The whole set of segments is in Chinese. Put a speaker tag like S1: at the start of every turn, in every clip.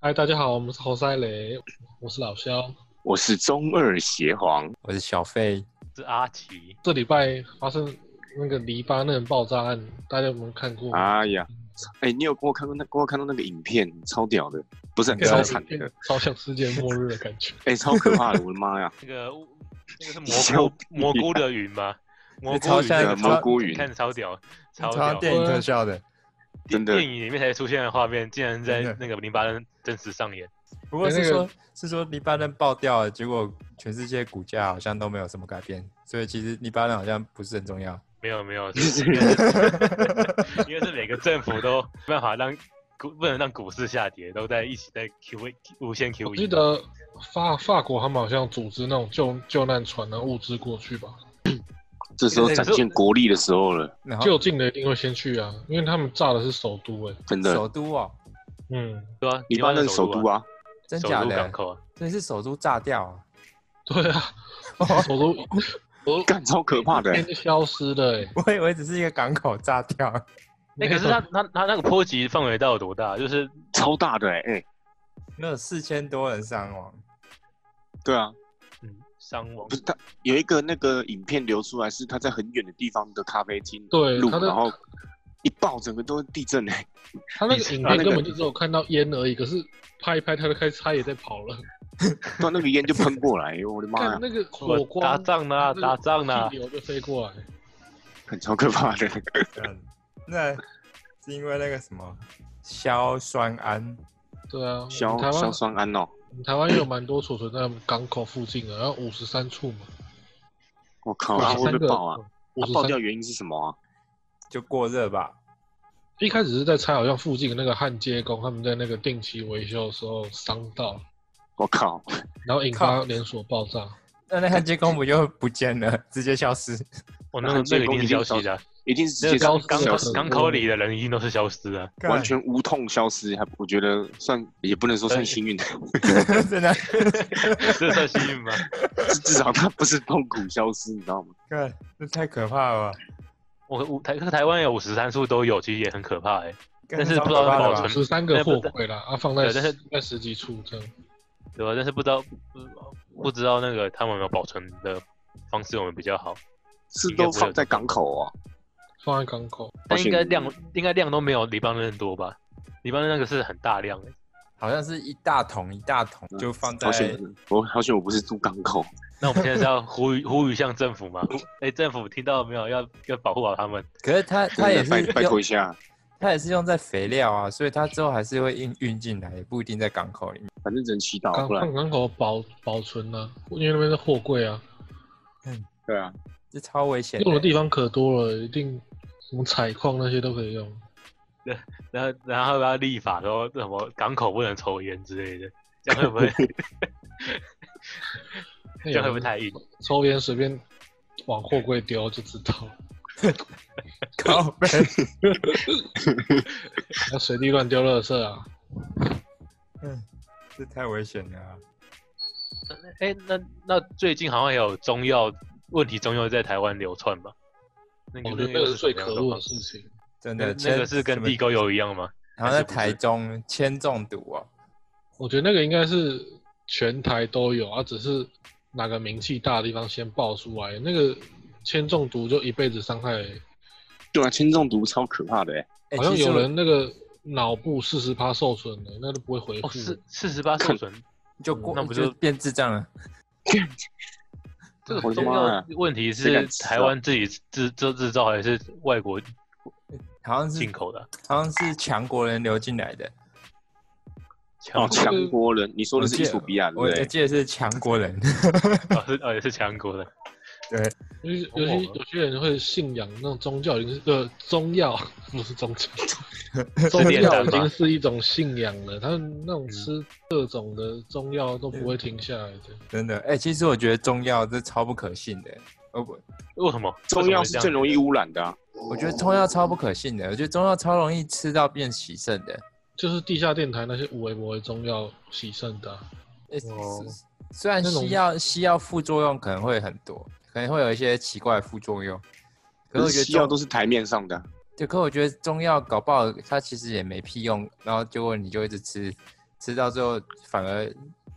S1: 嗨，哎大家好，我们是侯赛雷，我是老肖。
S2: 我是中二邪皇，
S3: 我是小费，
S4: 是阿奇，
S1: 这礼拜发生那个黎巴嫩爆炸案，大家有没有看过？
S2: 哎呀，哎、你有给我看过那给我看到那个影片，超屌的，不是
S1: 啊
S2: 很
S1: 超
S2: 超
S1: 像
S2: 惨的，
S1: 超像世界末日的感觉。
S2: 哎、超可怕的，我的妈呀！
S4: 那个乌那个是
S2: 笑
S4: 蘑
S2: 屁
S4: 菇蘑菇的云 吗？蘑菇
S3: 超
S4: 云
S3: 像一个
S4: 的
S2: 啊蘑菇云
S4: 看超屌，超
S3: 超
S4: 屌！
S3: 像电影特效的。
S2: 真的
S4: 电影里面才出现的画面，竟然在
S3: 真的
S4: 那个零八真真实上演。
S3: 不过是
S1: 那个
S3: 说，是说黎巴嫩爆掉了，结果全世界股价好像都没有什么改变，所以其实黎巴嫩好像不是很重要。
S4: 没有没有，是应该是应该是每个政府都没办法让股不能让股市下跌，都在一起在 Q 无限 Q
S1: 我
S4: E
S1: 记。得法法国他们好像组织那种救救难船啊，物资过去吧。
S2: 这时候展现国力的时候了，
S3: 然后
S1: 就近的一定会先去啊，因为他们炸的是首都哎、
S2: 真的，
S3: 首都哦，
S1: 嗯，
S4: 对啊，
S2: 黎巴嫩首
S4: 首
S2: 都
S4: 啊，
S2: 啊，
S3: 真
S4: 首
S3: 假
S4: 都港
S3: 的？
S4: 口啊，
S3: 这是首都炸掉啊！
S1: 对啊，首都首都
S2: 干超可怕的、
S1: 一天就消失了哎、
S3: 我以为只是一个港口炸掉，
S4: 那可是它它它那个波及范围到底有多大？就是
S2: 超大的哎、哎、
S3: 那有四千多人伤亡。
S2: 对啊，
S4: 嗯伤亡
S2: 不是他有一个那个影片流出来，是他在很远的地方的咖啡厅
S1: 对
S2: 录，
S1: 他
S2: 然
S1: 的
S2: 后一爆，整个都是地震哎、
S1: 他那个影
S2: 他
S1: 片
S2: 那个
S1: 根本就只有看到烟而已，可是拍一拍他就开始他也在跑了，
S2: 突然那个烟就喷过来，哎我的妈呀
S1: 看，那个火光
S4: 打仗啦，打仗啊啦
S1: 气，流就飞过来，
S2: 很超可怕的，
S3: 嗯，那是因为那个什么硝酸铵，
S1: 对啊，我
S2: 硝
S1: 们台
S2: 硝
S1: 湾
S2: 酸铵哦，
S1: 我们台湾也有蛮多储存在港口附近的，然后五十三处嘛，
S2: 我靠，
S1: 五
S2: 啊
S1: 十
S2: 会
S1: 三
S2: 不
S1: 个
S2: 会爆啊？，
S1: 五
S2: 它
S1: 十
S2: 爆掉
S1: 三。
S2: 的原因是什么啊？
S3: 就过热吧？
S1: 一开始是在猜，好像附近的那个焊接工他们在那个定期维修的时候伤到，
S2: 我靠！
S1: 然后引发连锁爆炸。
S3: 那那个监控不就不见了，直接消失？
S4: 我哦那个那个一定是消失的啊。
S2: 一定是直
S4: 那
S2: 接
S4: 个港
S2: 消
S4: 港
S1: 消
S2: 失
S1: 失，
S4: 港口里的人一定都是消失啊的，
S2: 完全无痛消失，还我觉得算也不能说算
S4: 对
S2: 幸运，
S3: 真的，
S4: 这算幸运吗？
S2: 至至少它不是痛苦消失，你知道吗？
S3: 看这太可怕了吧，
S4: 我我台台湾有五十三处都有，其实也很可怕哎、
S3: 干
S4: 但是
S3: 超
S4: 不知道
S3: 可怕的
S4: 保
S3: 吧
S4: 存
S1: 十三个货柜啦，啊，放在
S4: 对但是
S1: 在十几处这样。
S4: 对吧？但是不知道不不知道那个他们有没有保存的方式，我们比较好。
S2: 是
S4: 应该
S2: 都
S4: 不会
S2: 放在港口哦，
S1: 放在港口，
S4: 但应该量应该量都没有黎巴嫩多吧？黎巴嫩那个是很大量欸的，
S3: 好像是一大桶一大桶，
S4: 嗯
S3: 就放在
S2: 好险我好险我不是住港口，
S4: 那我们现在是要呼吁呼吁向政府嘛？呼哎、政府听到没有？要要保护好他们。
S3: 可是它它也是
S2: 拜拜托
S3: 用
S2: 一下，
S3: 它也是用在肥料啊，所以它之后还是会运运进来，也不一定在港口里面。
S2: 反正只能祈祷，
S1: 港
S2: 不然
S1: 放港口保保存呢、因为那边是货柜啊，
S2: 对啊，
S3: 这超危险
S1: 用的
S3: 的，
S1: 地方可多了，一定什么采矿那些都可以用。
S4: 然后然后要立法说什么港口不能抽烟之类的，这样会不会
S1: 这
S4: 这样会不会太硬？
S1: 抽烟随便往货柜丢就知道了，
S3: 靠背
S1: 要随地乱丢垃圾啊！
S3: 嗯， 这太危险了啊、
S4: 哎、那那最近好像也有中药问题，中药在台湾流窜吧？那
S1: 我觉得
S4: 那
S1: 哦那个是最
S4: 什么
S1: 可
S4: 样的状
S1: 恶的
S4: 况
S1: 事情。
S3: 真的。
S4: 那那个
S3: 铅
S4: 是
S3: 什
S4: 跟
S3: 么
S4: 地沟油一样吗？
S3: 然后在
S4: 还是不是
S3: 台中铅中毒哦，
S1: 我觉得那个应该是全台都有啊，只是哪个名气大的地方先爆出来，那个铅中毒就一辈子伤害。
S4: 哎
S2: 对啊，铅中毒超可怕的欸，
S3: 哎
S1: 好像
S3: 其实
S1: 有
S3: 我
S1: 人那个脑部四十趴受损了，那都不会恢复
S4: 哦，。四四十八受损，
S3: 就过，
S4: 嗯那不
S3: 就
S4: 就
S3: 变智障了？
S4: 这
S2: 我
S4: 个
S2: 的
S4: 中
S2: 妈呀
S4: 药问题
S2: 谁
S4: 是
S2: 敢吃啊
S4: 台湾自己制制制造还是外国
S3: 好像是
S4: 进口的啊？
S3: 好像是强国人流进来的，
S2: 哦，
S4: 强
S2: 强国人，你说
S3: 我
S2: 的是
S3: 记
S2: 伊
S3: 得
S2: 索比亚对
S3: 我
S2: 不
S3: 我
S2: 对？
S3: 记得是强国人，
S4: 哦 是哦也是强国的，
S3: 对，
S1: 有些有些有些人会信仰那种宗教，已经是呃中药不是 宗教，宗
S4: 炼
S1: 教
S4: 丹
S1: 已
S4: 吧嗯
S1: 经是一种信仰了。他们那种吃各种的中药都不会停下来的。
S3: 真的。哎、其实我觉得中药这超不可信的，我不，
S4: 为什么
S2: 中药是最容易？
S4: 为什么会这样
S2: 污染的啊，
S3: 我觉得中药超不可信的，我觉得中药超容易吃到变洗肾的。
S1: 就是地下电台那些五维博的中药洗肾的啊、
S3: 哎
S4: 哦
S3: 是虽然
S1: 那种
S3: 西药西药副作用可能会很多，可能会有一些奇怪的副作用，可是
S2: 可
S3: 我
S2: 是
S3: 觉得
S2: 西药
S3: 中
S2: 都是台面上的啊，
S3: 对，可我觉得中药搞不好它其实也没屁用，然后结果你就一直吃，吃到最后反而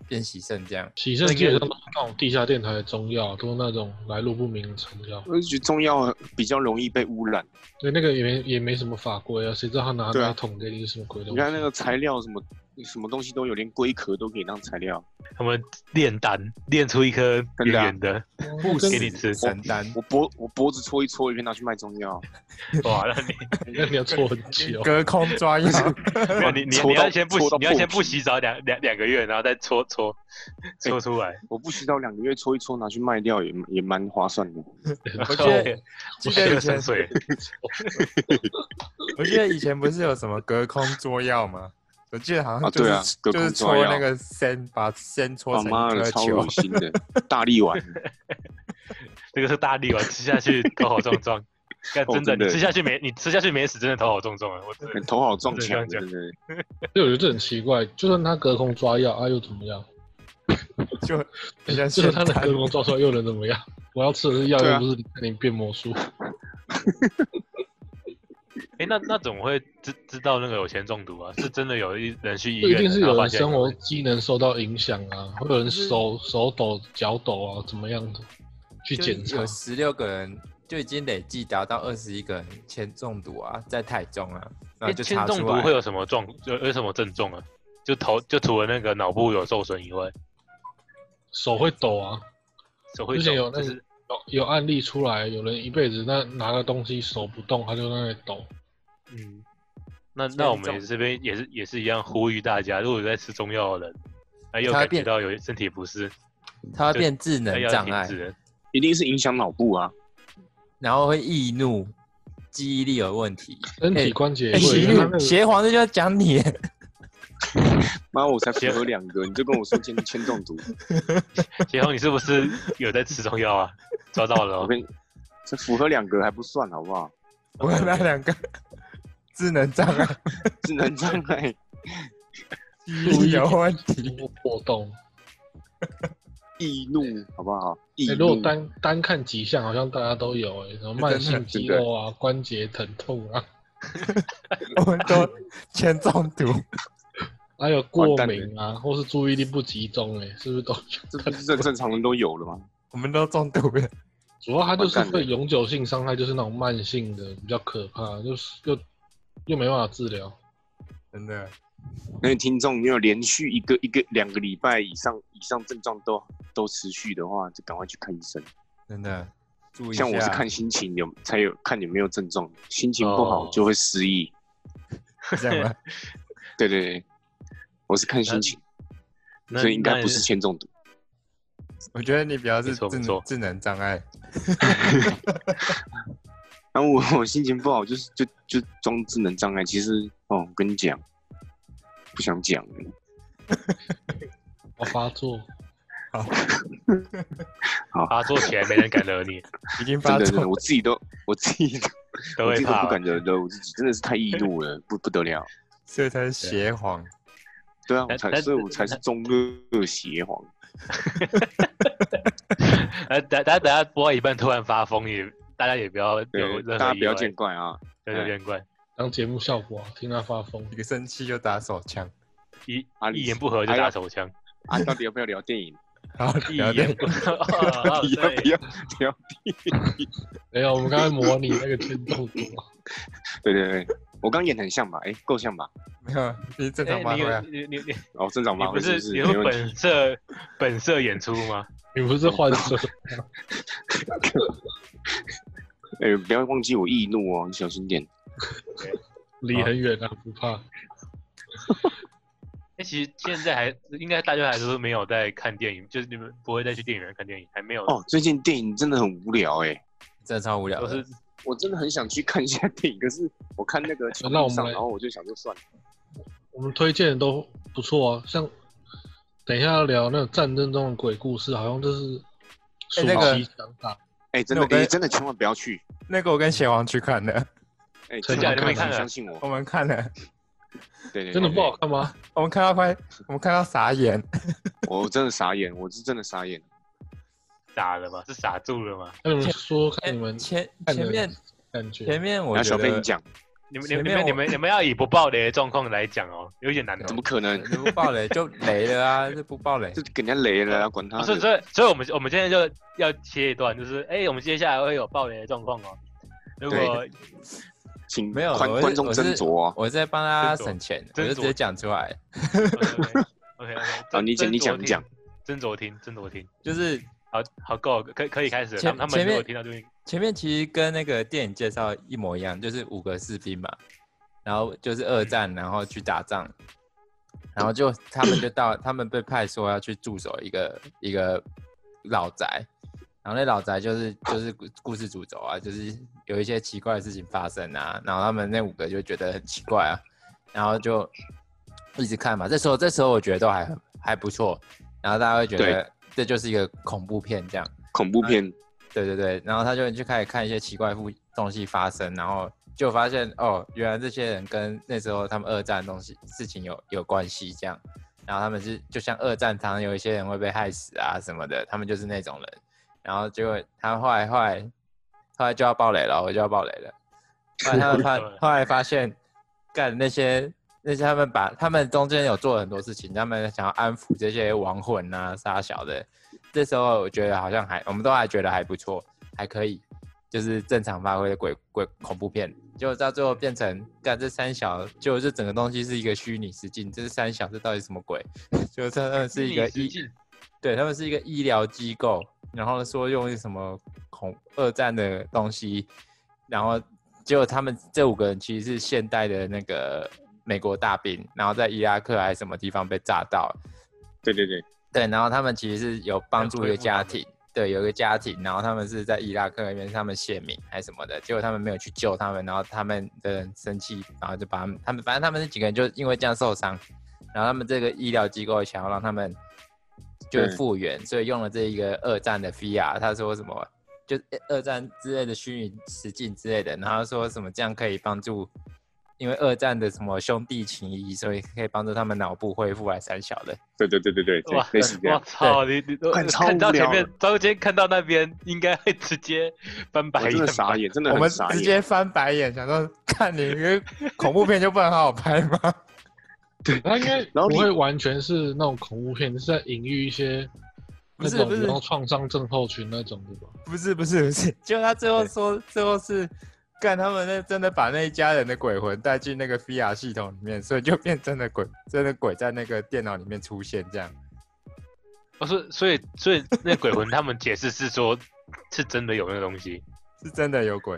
S3: 变喜肾这样。
S1: 喜肾基本上都是那种地下电台的中药，都是那种来路不明的成药。
S2: 我就觉得中药比较容易被污染。
S1: 对，那个也没也没什么法规啊，谁知道他拿
S2: 对啊
S1: 拿桶给你是什么鬼东
S2: 你
S1: 西？
S2: 看那个材料什么什么东西都有，连龟壳都可以当材料。
S4: 他们炼丹，炼出一颗
S2: 真
S4: 圆
S2: 的啊
S4: 圆的，
S1: 不
S4: 给你吃
S3: 神丹，
S2: 我脖我脖子戳一戳，也可以拿去卖中药。
S4: 哇！那 你
S1: 那你要搓很久。
S3: 隔空抓药，
S4: 没有你你
S2: 戳
S4: 你
S2: 到
S4: 要先不
S2: 戳到
S4: 洗，你要
S2: 破
S4: 先不
S2: 皮
S4: 洗澡两两两个月，然后再搓搓搓出来。
S2: 我不洗澡两个月，戳一戳拿去卖掉也也蛮划算的。
S3: 我觉得记
S4: 我
S3: 得以
S4: 有
S3: 前
S4: 神水，
S3: 我记得以前不是有什么隔空捉药吗？我记得好像
S2: 啊
S3: 就是、
S2: 对啊隔
S3: 就
S2: 空
S3: 是
S2: 捉
S3: 搓
S2: 药
S3: 那个仙，把仙搓
S2: 啊
S3: 成
S2: 妈
S3: 一
S2: 的，
S3: 颗
S2: 超
S3: 球
S2: 恶。心的，大力丸。
S4: 这个是大力丸，哦吃下去头好重 撞。干
S2: 哦
S4: 真的，
S2: 真的
S4: 你吃下去没你吃下去没死，真的头好重重啊！我 真的
S2: 头好撞墙，
S4: 对
S2: 对不对？
S1: 所以我觉得这很奇怪，就算他隔空抓药啊，又怎么样？
S3: 就 人家
S1: 就算
S3: 仙
S1: 他
S3: 丹
S1: 隔空抓出来又能怎么样？我要吃的是药，
S2: 对啊
S1: 又不是看你变魔术。
S4: 哎，那那怎么会知知道那个有铅中毒啊？是真的有一人去医
S1: 就一
S4: 院，
S1: 定是
S4: 然
S1: 有
S4: 后发
S1: 人
S4: 现
S1: 生活机能受到影响啊，会有人手手抖、脚抖啊，怎么样的去
S3: 就
S1: 检查
S3: 有？十六个人就已经累计达到二十一个人铅中毒啊，在台中啊，然后
S4: 诶
S3: 就
S4: 铅
S3: 查
S4: 哎中
S3: 出
S4: 毒会
S3: 来。
S4: 有什么状有有什么症状啊？就头就除了那个脑部有受损以外，
S1: 手会抖啊，
S4: 手会
S1: 之前
S4: 肿
S1: 有那
S4: 就
S1: 个
S4: 是
S1: 有有案例出来，有人一辈子那拿个东西手不动，他就在那里抖。
S4: 嗯，那
S3: 所以
S4: 那我
S3: 你
S4: 们
S3: 中
S4: 这边也是也是一样呼吁大家，如果有在吃中药的人，哎，有
S3: 它会
S4: 感觉
S3: 变
S4: 到有身体不适，
S3: 它会变智
S4: 哎
S3: 能
S4: 要
S3: 障
S4: 停
S3: 碍，
S4: 止了。
S2: 一定是影响脑部啊！
S3: 然后会易怒，记忆力有问题。
S1: 身体关节
S3: 哎，
S1: 会，
S3: 邪
S1: 他那个
S3: 邪皇这就要讲你，
S2: 妈，我才符
S4: 啊
S2: 合两个，你就跟我说铅铅中 毒，
S4: 杰宏，你是不是有在吃中药 啊？抓到了、
S2: 我
S4: 哦，
S2: 跟你这符合两个还不算好不好？
S3: 我们那两个 智能障 碍，
S2: 智能 障碍，
S3: 记忆力有
S2: 啊
S3: 问题。
S1: 波动。
S2: 易怒，好不好？易
S1: 哎，如果
S2: 怒，
S1: 单单看几项，好像大家都有哎，什么慢性肌肉啊、关节疼痛啊，
S3: 我们都铅中毒，
S1: 还有过
S2: 完蛋
S1: 敏啊，或是注意力不集中哎，是不是都
S2: 这
S1: 有？
S2: 不是正正常人都有了吗？
S3: 我们都中毒了。
S1: 主要它就是
S2: 完蛋
S1: 会
S2: 了
S1: 永久性伤害，就是那种慢性的比较可怕，就是又又没办法治疗。
S3: 真的，
S2: 那些听众，你有连续一个一个两个礼拜以上以上症状都都持续的话，就赶快去看医生。
S3: 真的，注意一下。
S2: 像我是看心情有才有看有没有症状，心情不
S4: 哦
S2: 好就会失忆。
S3: 这样吧，
S2: 对对对，我是看心情，
S4: 那
S2: 所以应该不是
S4: 那
S2: 铅中毒。
S3: 我觉得你比较是
S4: 没错
S3: 智
S4: 没错
S3: 能智能障碍，
S2: 然后我我心情不好，就是就就装智能障碍。其实哦，我跟你讲，不想讲了。
S1: 我发作，
S4: 发作起来没人敢惹 你，
S3: 已经
S2: 真
S3: 发
S2: 的真的，
S3: 作。
S2: 我自己都我自己都
S4: 都
S2: 我自
S4: 会
S2: 己都
S4: 怕
S2: 不
S4: 哦。
S2: 敢惹惹我自己，真的是太易怒了，不不得了。
S3: 所以他是邪皇，
S2: 对啊，我
S4: 但
S2: 才
S4: 但
S2: 所以我才是中二邪皇。
S4: 呃，大大家等下播到一半突然发疯，也大家也不要有
S2: 对，
S4: 任何
S2: 大家
S4: 意
S2: 不要
S4: 外
S2: 见，怪啊！
S4: 不要见怪，
S1: 当节目效果、啊，听他发疯。
S3: 一个生气就打手枪。
S4: 一
S2: 阿里
S4: 一言不合就
S2: 哎呀
S4: 打手枪，
S2: 啊，到底要不要聊电影？
S3: 好，
S4: 一
S3: 聊
S4: 言
S3: 天
S4: 不 合，哦
S2: 到
S4: 哦
S2: 底 要不
S4: 对
S2: 要聊？
S1: 没有，我们刚才模拟那个天动图啊，
S2: 对对对，我刚演得很像吧？哎，够像吧？
S3: 没有，你正常发
S4: 哎
S3: 挥啊。
S4: 你有你你你
S2: 哦，正常
S4: 你
S2: 发
S4: 不
S2: 挥
S4: 是
S2: 不是？
S4: 你
S2: 没
S4: 是
S2: 问
S4: 本
S2: 题。
S4: 色本色演出吗？
S1: 你不是换色？
S2: 哎，不要忘记我易怒哦，你小心点。
S1: 离很远啊，不怕。
S4: 哎，其实现在还应该大家还是没有在看电影，就是你们不会再去电影院看电影，还没有，
S2: 哦，最近电影真的很无聊哎、
S3: 真的超无聊
S4: 都
S3: 的，
S4: 是
S2: 我真的很想去看一下电影，可是我看那个 球
S1: 那我们
S2: 上，
S1: 来
S2: 然后我就想说算了，
S1: 我们推荐的都不错啊，像等一下要聊那个战争中的鬼故事，好像就是暑
S3: 哎那个
S1: 期想法。
S2: 哎、真的
S3: 那我，跟
S2: 哎、真的千万不要去，
S3: 那个我跟邪皇去看的，
S2: 哎、
S1: 真
S2: 千
S1: 的
S2: 万
S4: 你
S2: 不
S4: 没
S2: 要
S4: 看
S2: 去，
S4: 啊
S2: 相信我，
S3: 我们看了，
S2: 对对对
S1: 真的不好看吗？
S3: 我们看到快，我们看到傻眼。
S2: 对我真的傻眼，我是真的傻眼，
S4: 傻了嘛，是傻住了嘛。
S1: 那你们说说看你们
S3: 前
S1: 看
S3: 前
S1: 的
S3: 面
S1: 感觉。
S3: 前面我
S2: 然后
S3: 觉
S2: 小飞你
S3: 得
S2: 讲，
S4: 你们你
S3: 前
S4: 们你
S3: 面
S4: 们你
S3: 我
S4: 们你们要以不爆雷的状况来讲哦，有点难
S2: 怎
S4: 度
S2: 么。可能？
S3: 这不爆雷就雷了啊，这不爆雷
S2: 这。给人家雷了啊，管他的。
S4: 啊所以所以所以我们我们今天就要切一段，就是哎、我们接下来会有爆雷的状况哦。如果
S2: 请
S3: 没有
S2: 观
S3: 我是
S2: 观众斟酌啊。
S3: 我在帮他
S4: 斟酌
S3: 省钱，我
S4: 斟酌
S3: 就直接讲出来，
S4: OK
S2: 好，
S4: OK，
S2: 你讲，你讲，你讲。，
S4: 斟酌听，斟酌听。
S3: 就是
S4: 好好够，可以可以开始了。他
S3: 前
S4: 们他们
S3: 前
S4: 如
S3: 面
S4: 果听到就
S3: 前面其实跟那个电影介绍一模一样，就是五个士兵嘛，然后就是二
S4: 嗯
S3: 战，然后去打仗，然后就他们就到， 他们被派说要去驻守一个一个老宅，然后那老宅就是就是故故事主轴啊，就是有一些奇怪的事情发生啊，然后他们那五个就觉得很奇怪啊，然后就一直看嘛。这时候这时候我觉得都还很还不错，然后大家会觉得
S2: 对
S3: 这就是一个恐怖片这样。
S2: 恐怖
S1: 哎
S2: 片，
S3: 对对对，然后他就就开始看一些奇怪附东西发生，然后就发现哦，原来这些人跟那时候他们二战的东西事情有有关系这样，然后他们是就像二战，常常有一些人会被害死啊什么的，他们就是那种人，然后结果他后来后来后来就要爆雷了，我就要爆雷了，后来他们发后来发现干那些。那些他们把他们中间有做了很多事情，他们想要安抚这些亡魂啊、杀小的，这时候我觉得好像还，我们都还觉得还不错，还可以，就是正常发挥的鬼鬼恐怖片，结果到最后变成，干这三小，就这整个东西是一个虚拟实境，这三小这到底什么鬼？ 就真的是一个
S4: 一
S3: 医，对他们是一个医疗机构，然后说用什么恐二战的东西，然后结果他们这五个人其实是现代的那个美国大兵，然后在伊拉克还是什么地方被炸到，
S2: 对对对，
S3: 对，然后他们其实是有帮助一个家
S4: 恢
S3: 庭，对，有一个家庭，然后他们是在伊拉克那边，他们泄密还是什么的，结果他们没有去救他们，然后他们的人生气，然后就把他们，他们反正他们那几个人就因为这样受伤，然后他们这个医疗机构想要让他们就是
S2: 对
S3: 复原，所以用了这一个二战的 VR，他说什么就是二战之类的虚拟实境之类的，然后说什么这样可以帮助。因为二战的什么兄弟情谊，所以可以帮助他们脑部恢复来三小的。
S2: 对对对对对，对
S4: 哇
S2: 类似这
S4: 我
S2: 样。
S4: 操，你你
S2: 看超
S4: 看到
S2: 无聊
S4: 前面
S2: 了，
S4: 中间看到那边，应该会直接翻白
S2: 我
S4: 眼
S2: 真
S4: 吧。
S2: 的傻眼，真的
S3: 我
S2: 很
S3: 们
S2: 傻
S3: 直
S2: 眼。
S3: 接翻白眼，想说看你一个恐怖片就不能好好拍吗？
S1: 他
S3: 哎
S1: 应该
S2: 然后
S1: 不
S2: 你
S1: 会完全是那种恐怖片，是在隐喻一些
S3: 不
S1: 那
S3: 是
S1: 种
S3: 不是
S1: 比方创伤症候群那种对吧？
S3: 不是不是不是，就他最后
S4: 对
S3: 说，最后是干他们那真的把那一家人的鬼魂带进那个 VR 系统里面，所以就变真的鬼，真的鬼在那个电脑里面出现这样。
S4: 不是，哦所以所以那鬼魂他们解释是说，是真的有那个东西。
S3: 是真的有鬼，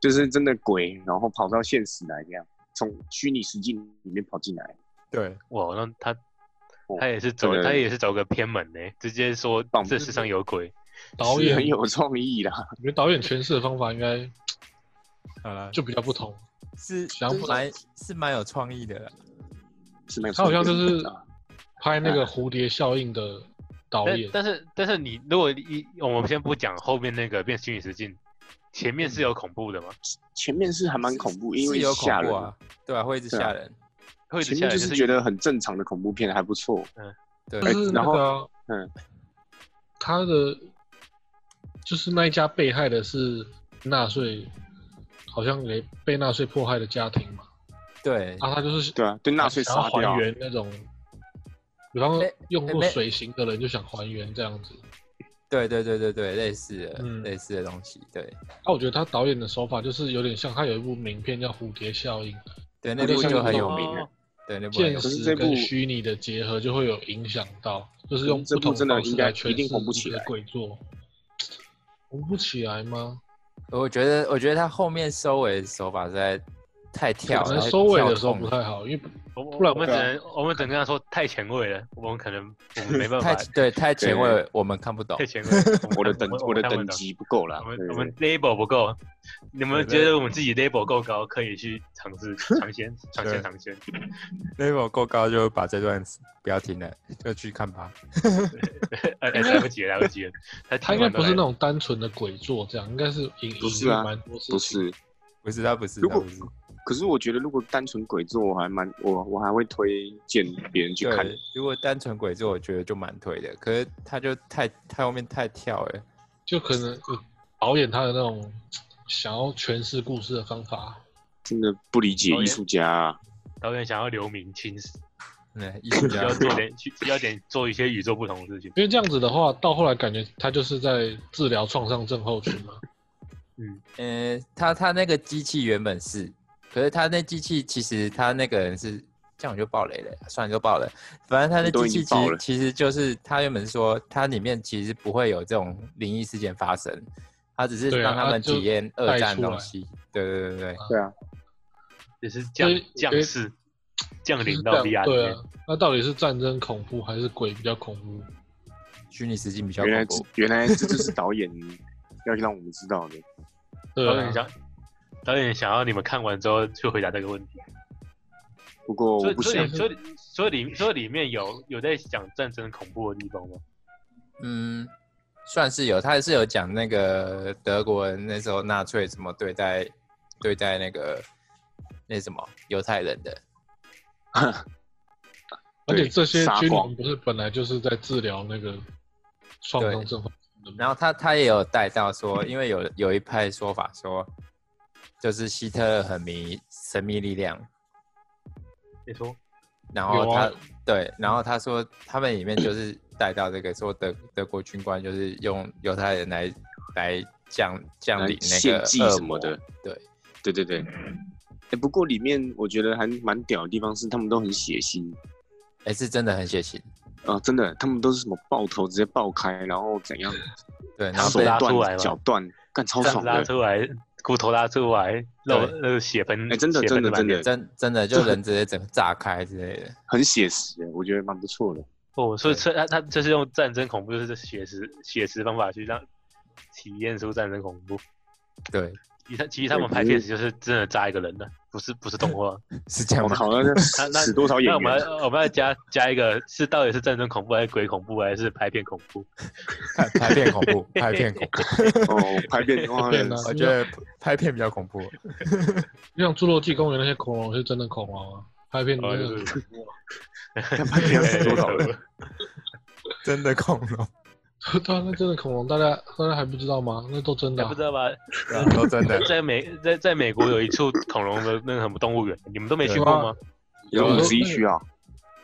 S2: 就是真的鬼，然后跑到现实来这样，从虚拟实境里面跑进来，
S3: 对，
S4: 哇，那他
S2: 哦
S4: 他也是走
S2: 这个
S4: 他也是走个偏门呢，直接说
S2: 棒
S4: 这世上有鬼。
S1: 导
S2: 是
S1: 演，
S2: 很有创意啦。
S1: 我觉得导演诠释的方法应该
S3: 好了，
S1: 就比较不同。
S3: 是
S1: 想不
S3: 是蛮是蛮有创意的啦。
S2: 是那个
S1: 他好像就是
S2: 啊
S1: 拍那个蝴蝶效应的导
S4: 但
S1: 演，
S4: 但是但是你如果一我们先不讲后面那个变虚拟实境，前面是有恐怖的吗？
S2: 前面是还蛮恐怖，因为
S3: 是有恐
S2: 吓人
S3: 怖。啊，对啊，会一直
S2: 对啊
S3: 吓人。
S4: 会一直
S2: 前
S4: 下
S2: 面
S4: 来
S2: 就是
S4: 是
S2: 觉得很正常的恐怖片，还不错。
S3: 对，
S1: 就是那
S2: 哎然后
S1: 个啊、
S2: 嗯
S1: 他的就是那一家被害的是纳粹，好像给被纳粹迫害的家庭嘛，
S3: 对，
S1: 啊，他就是
S2: 对啊，对纳粹
S1: 想要
S2: 杀掉
S1: 还，原那种，比方说
S3: 哎
S1: 用过
S3: 哎没
S1: 水刑的人就想还原这样子。
S3: 对对对对对，类似的、
S1: 嗯
S3: 类似的东西，对
S1: 啊，我觉得他导演的手法就是有点像，他有一部名片叫《蝴蝶效应》，
S3: 对，那
S2: 那
S3: 部
S2: 就像
S3: 就很
S2: 那
S3: 有
S2: 种
S3: 名
S4: 哦
S3: 啊，对，那部很
S1: 现
S2: 可
S3: 有名
S2: 是
S1: 实
S2: 这部
S1: 跟虚拟的结合就会有影响到，就是用
S2: 可是这
S1: 不
S2: 部
S1: 同
S2: 真的
S1: 方式
S2: 应该
S1: 来诠
S2: 一定红不
S1: 释
S2: 起
S1: 一个
S2: 来
S1: 鬼作，红不起来吗？
S3: 我觉得，我觉得他后面收尾的手法实在太跳，
S1: 可
S3: 了，
S1: 能收尾的时候
S3: 太
S1: 不太好，因为
S4: 我我
S1: 不然
S4: 我们只
S1: 对啊
S4: 能我们只能跟他说太前卫了，我们可能我们没办
S3: 太
S4: 法
S3: 对太
S2: 对
S3: 前卫，我们看不懂
S4: 太。前卫了。
S2: 我 的
S4: 看
S2: 等
S4: 们
S2: 我的
S4: 看不
S2: 等
S4: 懂
S2: 级不够啦
S4: 我。们
S2: 对
S4: 我
S2: 对
S4: 们 label 不够，你们
S3: 对
S4: 觉得我们自己 label 够高，可以去尝 试尝鲜、尝
S3: 对
S4: 鲜、尝鲜。
S3: level 够高就把这段不要听了，就去看吧。
S4: 哎，哎来不及了，来不及了。他
S1: 他
S4: 听
S1: 应该
S4: 完都
S1: 不是
S4: 来
S1: 那
S4: 了
S1: 种单纯的鬼作这样，应该是隐
S2: 不
S1: 隐
S2: 是
S1: 喻
S2: 啊
S1: 蛮多事
S2: 不
S1: 情。
S2: 是。
S3: 不是他不是，
S2: 如
S3: 他
S2: 果
S3: 不是。
S2: 可是我觉得，如果单纯鬼作，我还蛮我我还会推荐别人去看。
S3: 对，如果单纯鬼作，我觉得就蛮推的。可是他就太太后面太跳了。
S1: 就可能呃导演他的那种想要诠释故事的方法
S2: 真的不理解艺术家、啊。
S4: 导演想要留名青史，
S3: 嗯，艺术
S4: 需
S2: 啊
S3: 家
S4: 要做点需要点做一些与众不同的事情。
S1: 因为这样子的话，到后来感觉他就是在治疗创伤症候群 嘛。
S3: 呃，他他那个机器原本是，可是他那机器其实他那个人是这样我就爆雷了，算了就爆了。反正他的
S2: 都
S3: 机
S2: 已经
S3: 器其
S2: 爆
S3: 实
S2: 了
S3: 其实就是他原本说它里面其实不会有这种灵异事件发生，他只是
S1: 对啊
S3: 让他
S1: 他
S3: 们
S1: 就
S3: 体验
S1: 带
S3: 二战
S1: 出
S3: 东
S1: 来
S3: 西。对对对对，
S2: 对啊，
S4: 也是降
S1: 就是
S4: 降
S1: 有
S4: 士降
S1: 就是
S4: 临
S1: 这
S4: 到利
S1: 样
S4: 亚
S1: 对
S4: 边
S1: 啊，，那到底是战争恐怖还是鬼比较恐怖？
S3: 虚拟实境比较
S2: 原来
S3: 恐
S2: 这
S3: 怖。
S2: 原来这就是导演 要让我们知道的。
S1: 对
S4: 导演
S1: 啊，
S4: 想导演想要你们看完之后去回答这个问题。
S2: 不过
S4: 所
S2: 我
S4: 以
S2: 不
S4: 所
S2: 想
S4: 以，所以所以里所以里面有有在讲战争恐怖的地方吗？
S3: 嗯，算是有，他是有讲那个德国人那时候纳粹怎么对待对待那个那什么犹太人的。
S1: 而且
S2: 对
S1: 这些
S2: 撒
S1: 军
S2: 谎
S1: 人不是本来就是在治疗那个创伤
S3: 对
S1: 症候群的吗？
S3: 然后他他也有带到说，因为有有一派说法说，就是希特勒很迷神秘力量，
S4: 你说
S3: 然后
S1: 有
S3: 他、
S1: 啊
S3: 对，然后他说他们里面就是带到这个说德德国军官就是用犹太人来来降降
S2: 来
S3: 临那
S2: 呃献
S3: 个
S2: 祭
S3: 恶
S2: 什么
S3: 魔
S2: 的，
S3: 对，
S2: 对对对。哎、不过里面我觉得还蛮屌的地方是，他们都很血腥
S3: 哎是真的很血腥，
S2: 啊、真的，他们都是什么爆头直接爆开，然后怎样
S3: 对，然后
S2: 手
S3: 被
S4: 拉出来
S2: 断、
S4: 吗
S2: 脚断，干超
S4: 这样
S2: 爽
S4: 子拉
S2: 的。
S4: 出来，骨头拉出来，肉呃血盆，
S2: 哎真的
S4: 血
S2: 真
S4: 盆
S2: 的
S4: 满地
S2: 真的
S3: 真真的就人直接整个炸开之类的，
S2: 很写实，我觉得蛮不错的。
S4: 哦，所以
S3: 对
S4: 这他他这是用战争恐怖，就是写实写实方法去让体验出战争恐怖。
S3: 对，
S4: 其他其实他们
S2: 对
S4: 拍
S2: 可是
S4: 片时就是真的扎一个人的，不是不是动画。
S3: 是这样
S2: 我
S3: 吗？
S2: 靠，啊那
S4: 那
S2: 死
S4: 那
S2: 死多少
S4: 那
S2: 演
S4: 我们
S2: 员？
S4: 要我们要加加一个是到底是战争恐怖还是鬼恐怖还是拍片恐怖？
S3: 看拍片恐怖，拍片恐怖，
S2: 哦，拍 片哇，
S1: 片呢
S3: 我觉得拍片比较恐怖。
S1: 就像《侏罗纪公园》那些恐龙是真的恐龙啊，拍片真
S4: 哦
S1: 的
S4: 就是
S1: 恐怖啊
S2: 看拍片要死 多少人？
S3: 真的恐龙，
S1: 对啊，那真的恐龙，大家大家还不知道吗？那都真的
S4: 还
S1: 啊、
S4: 不知道吧？
S3: 都真的。
S4: 在美在在美国有一处恐龙的那个什么动物园，你们都没去
S3: 有
S4: 过
S3: 啊
S4: 吗？
S2: 有
S1: 有
S2: 五十一区啊，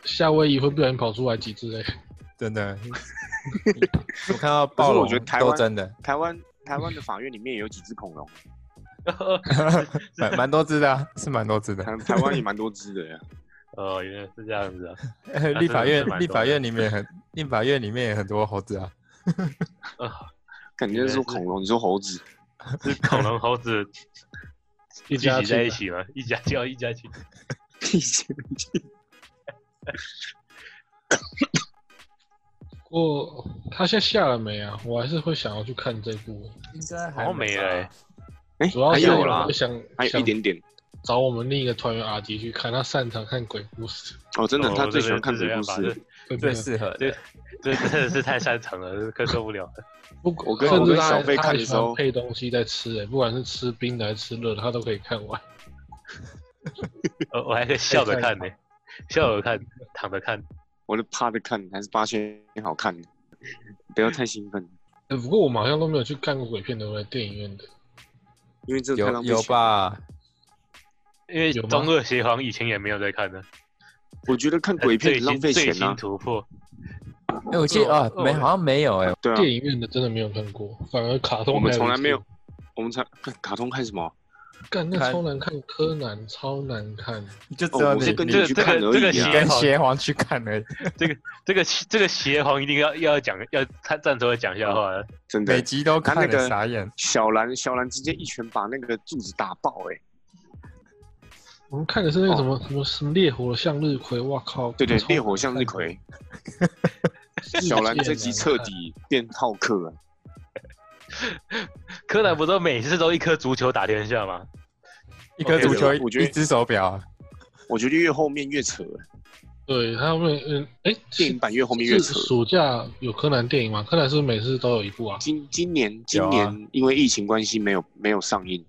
S1: 夏威夷会不小心跑出来几只 嘞？
S3: 真的。我看到
S2: 可
S3: 暴
S2: 是
S3: 龙
S2: 我觉得台湾
S3: 都真的，
S2: 台湾台湾的法院里面也有几只恐龙，
S3: 蛮蛮多只的、啊，是蛮多只的。
S2: 台台湾也蛮多只的呀。
S4: 哦，原来是这样子啊！
S3: 立
S4: 真
S3: 法
S4: 的是
S3: 院
S4: 蛮
S3: 立
S4: 多
S3: 法
S4: 的
S3: 院里面也很，立法院里面也很多猴 子啊。
S2: 感觉说恐龙，你说猴子，
S4: 是恐龙、猴子
S1: 一
S4: 聚
S1: 家
S4: 集
S1: 亲
S4: 在
S1: 啊
S4: 一起吗？一家叫一家亲。
S1: 不过他现在下了没啊？我还是会想要去看这部，
S3: 应该
S4: 好像没了欸
S2: 哎，
S1: 主要
S2: 还
S1: 是
S2: 有
S1: 我
S2: 啦
S1: 会，想
S2: 还有
S1: 想
S2: 一点点。
S1: 找我们另一个团员阿迪去看，他擅长看鬼故事，
S2: 哦，真的，
S4: 哦
S2: 他最喜欢看
S4: 这
S2: 鬼
S4: 没
S2: 故
S4: 办法
S2: 事。
S1: 对不
S3: 最
S1: 对？
S3: 适合的。
S4: 这这真的是太擅长了，更受不了了。
S1: 不过
S2: 我跟
S1: 甚
S2: 我
S1: 至
S2: 跟
S1: 他还
S2: 小费
S1: 他
S2: 看
S1: 还
S2: 的
S1: 喜
S2: 时
S1: 欢
S2: 候
S1: 配东西在吃、欸，不管是吃冰的还是吃热的，他都可以看完。
S4: 呃，我还可以笑着看呢、笑着看，躺着看。
S2: 我就趴着看，还是八仙好看。不要太兴奋，
S1: 呃不过我们好像都没有去看过鬼片，对不对？电影院的
S2: 因为这个太
S3: 有
S2: 浪费
S3: 有
S2: 钱？
S3: 吧？
S4: 因为
S1: 有吗
S4: 中二邪皇以前也没有在看呢，
S2: 我觉得看鬼片
S4: 最
S2: 很
S4: 新
S2: 浪费
S4: 最
S2: 钱
S4: 新
S2: 啊。
S4: 突破，
S3: 哎、我记得啊，
S4: 哦
S3: 没，
S4: 哦
S3: 好像没有哎、
S2: 对啊，
S1: 电影院的真的没有看过，反而卡通
S2: 我们
S1: 还
S2: 从来没
S1: 一
S2: 有
S1: 次。，
S2: 我们才看卡通看什么？
S1: 干那
S3: 看
S1: 超难看，柯南超难看。
S3: 就
S2: 哦
S3: 只有
S2: 我
S3: 你
S2: 是跟
S3: 你
S4: 啊这
S2: 你去
S4: 个这个
S2: 看而
S4: 这个
S2: 已啊
S4: 邪。
S3: 跟邪皇去看而已，
S4: 这个这个邪皇一定要要讲，要他站出来讲一下话了。
S2: 真
S3: 每
S2: 的，
S3: 集都
S2: 他
S3: 看
S2: 那个
S3: 了傻眼。
S2: 小兰小兰直接一拳把那个柱子打爆，哎，
S1: 我们看的是那个什么、什么什么烈火向日葵，哇靠！
S2: 哦对对，
S1: 超
S2: 烈火向日葵，
S1: 难看
S2: 小兰这集
S1: 世界难
S2: 彻。
S1: 看
S2: 底变好客了。
S4: 柯南不都每次都一颗足球打天下吗？
S3: 一颗足球，
S2: 我觉得
S3: 一只手表啊，
S2: 我觉得越后面越扯，
S1: 对，他们嗯，哎，
S2: 电影版越后面越
S1: 是
S2: 扯。
S1: 暑假有柯南电影吗？柯南是不是每次都有一部啊？
S2: 今今年今
S3: 有啊
S2: 年因为疫情关系没有没有上映，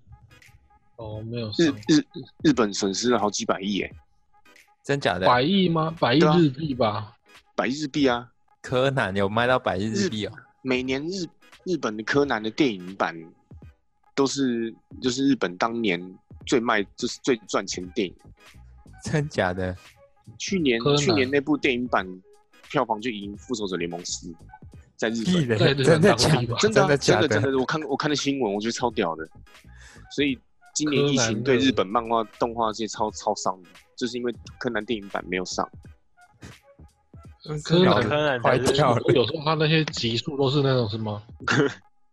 S1: 哦，没有上
S2: 日日日本损失了好几百亿哎，
S3: 真假的？
S1: 百亿吗？百亿
S2: 对啊
S1: 日币吧。
S2: 百亿日币啊！
S3: 柯南有卖到百日日币哦，
S2: 每年日日本的柯南的电影版都是就是日本当年最卖就是最赚钱的电影。
S3: 真假的？
S2: 去年
S1: 柯南
S2: 去年那部电影版票房就赢《复仇者联盟四》在日
S3: 屁
S2: 本，
S1: 对
S3: 嘞
S1: 对
S3: 真的
S1: 当
S3: 假
S1: 地
S3: 的
S1: 吧？
S2: 真的啊
S3: 假
S2: 真的真的，我看我看的新闻，我觉得超屌的。所以今年疫
S1: 柯南
S2: 情
S1: 的
S2: 对日本漫画、动画这些超超伤的，就是因为柯南电影版没有上。
S1: 柯南
S4: 柯南
S3: 坏
S4: 才
S1: 就是是
S3: 掉了
S1: 我有时候他那些集数都是那种什 么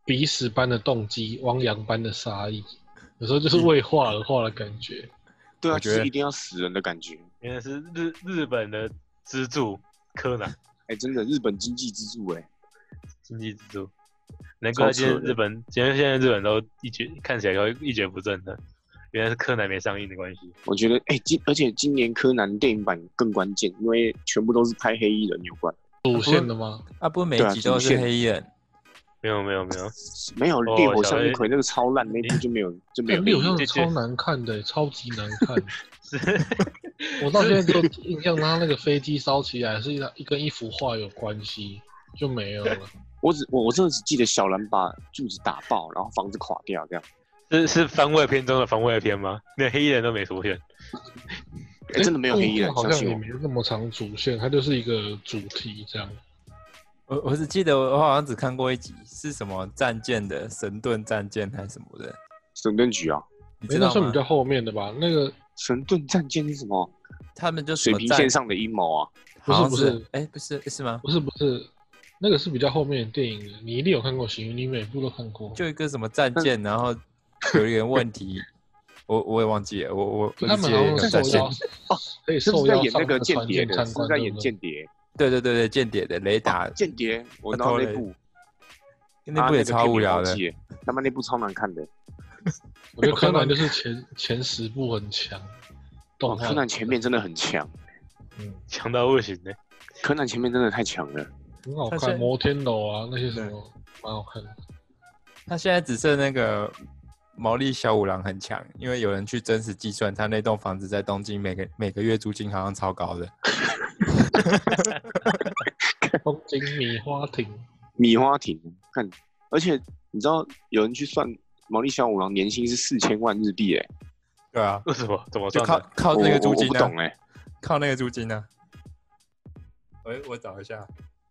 S1: 鼻屎般的动机，汪洋般的杀意，有时候
S2: 嗯
S1: 就是为画而画的感觉。
S2: 对啊，
S3: 我
S2: 就
S3: 觉得
S2: 是一定要死人的感觉。
S4: 原来是日日本的支柱柯南
S2: 哎、真的，日本经济支柱哎、
S4: 经济支柱，难怪今天日本，今天现在日本都一蹶看起来都一蹶不振的，原来是柯南没上映的关系。
S2: 我觉得哎、今而且今年柯南电影版更关键，因为全部都是拍黑衣人有关。
S1: 主线的吗？
S3: 啊，不，每
S2: 对啊
S3: 集都
S2: 主
S3: 是
S2: 线
S3: 黑衣人，
S4: 没有没有没有，
S2: 没有
S4: 哦
S2: 烈火
S4: 小
S2: 向日
S4: 黑
S2: 葵那个超烂，那部就没有就没有
S1: 哎没
S2: 意义。
S1: 有像
S4: 这这
S1: 超难看的，超级难 看。
S4: 是
S1: 我到现在都印象他那个飞机烧起来是一一跟一幅画有关系，就没有了。
S2: 我只我我真的只记得小兰把柱子打爆，然后房子垮掉这样。
S4: 是是番外篇中的番外篇吗？连黑衣人都没出现，
S2: 哎、真的没有黑衣人，
S1: 动画
S2: 相
S1: 好像
S2: 信
S1: 也
S2: 我
S1: 没。哦那么长主线，它就是一个主题这样。
S3: 我我只记得我好像只看过一集，是什么战舰的神盾战舰还是什么的，
S2: 神盾局啊，
S3: 你
S1: 诶
S3: 知
S1: 哎那
S3: 道
S1: 算
S3: 吗
S1: 比？较后面的吧？那个
S2: 神盾战舰是什么？
S3: 他们就什
S2: 水
S3: 么
S2: 平
S3: 战
S2: 线上的阴谋啊！
S1: 不是
S3: 好像
S1: 不
S3: 是
S1: 是，
S3: 哎、不是是吗？
S1: 不是不是，那个是比较后面的电影了，你一定有看过《行云》，你每部都看过。
S3: 就一个什么战舰，然后有一个问题，我我也忘记了，我我 我
S1: 他
S3: 只
S1: 们
S3: 记
S1: 好
S3: 得有
S1: 像
S3: 战
S1: 受
S3: 舰
S1: 邀，
S2: 哦，
S1: 可以
S2: 是不
S1: 受
S2: 是在
S1: 邀
S2: 演那
S1: 上
S2: 个间
S1: 船
S2: 谍
S1: 舰
S2: 的？
S1: 参
S2: 是不
S1: 观，
S2: 是在
S1: 对
S2: 演
S1: 不对
S2: 间谍？
S3: 对对对对，间谍的雷达、
S2: 间谍，我
S3: 他
S2: 拿到
S3: 偷了
S2: 那部，
S3: 那部也超无聊
S2: 啊
S3: 的
S2: 啊，那个片名忘记了他妈那部超难看的。
S1: 我觉得柯南就是前前十部很强，
S2: 哦，
S1: 动画
S2: 柯南前面真的很强，
S1: 嗯
S4: 强到不行呢。
S2: 柯南前面真的太强了。
S1: 很好
S3: 他现
S1: 看，
S3: 在
S1: 摩天楼啊那些什么蛮好看的。
S3: 他现在只剩那个毛利小五郎很强，因为有人去真实计算，他那栋房子在东京每个每个月租金好像超高的。
S1: 东京米花亭，
S2: 米花亭，看，而且你知道有人去算毛利小五郎年薪是四千万日币，哎，
S3: 对啊，
S4: 为什么？怎么
S3: 就
S4: 算
S3: 靠靠
S4: 的？
S3: 那个
S2: 我
S3: 租
S2: 我我
S3: 金啊
S2: 不
S3: 呢、
S2: 懂哎。
S3: 靠那个租金呢、啊我我找一下。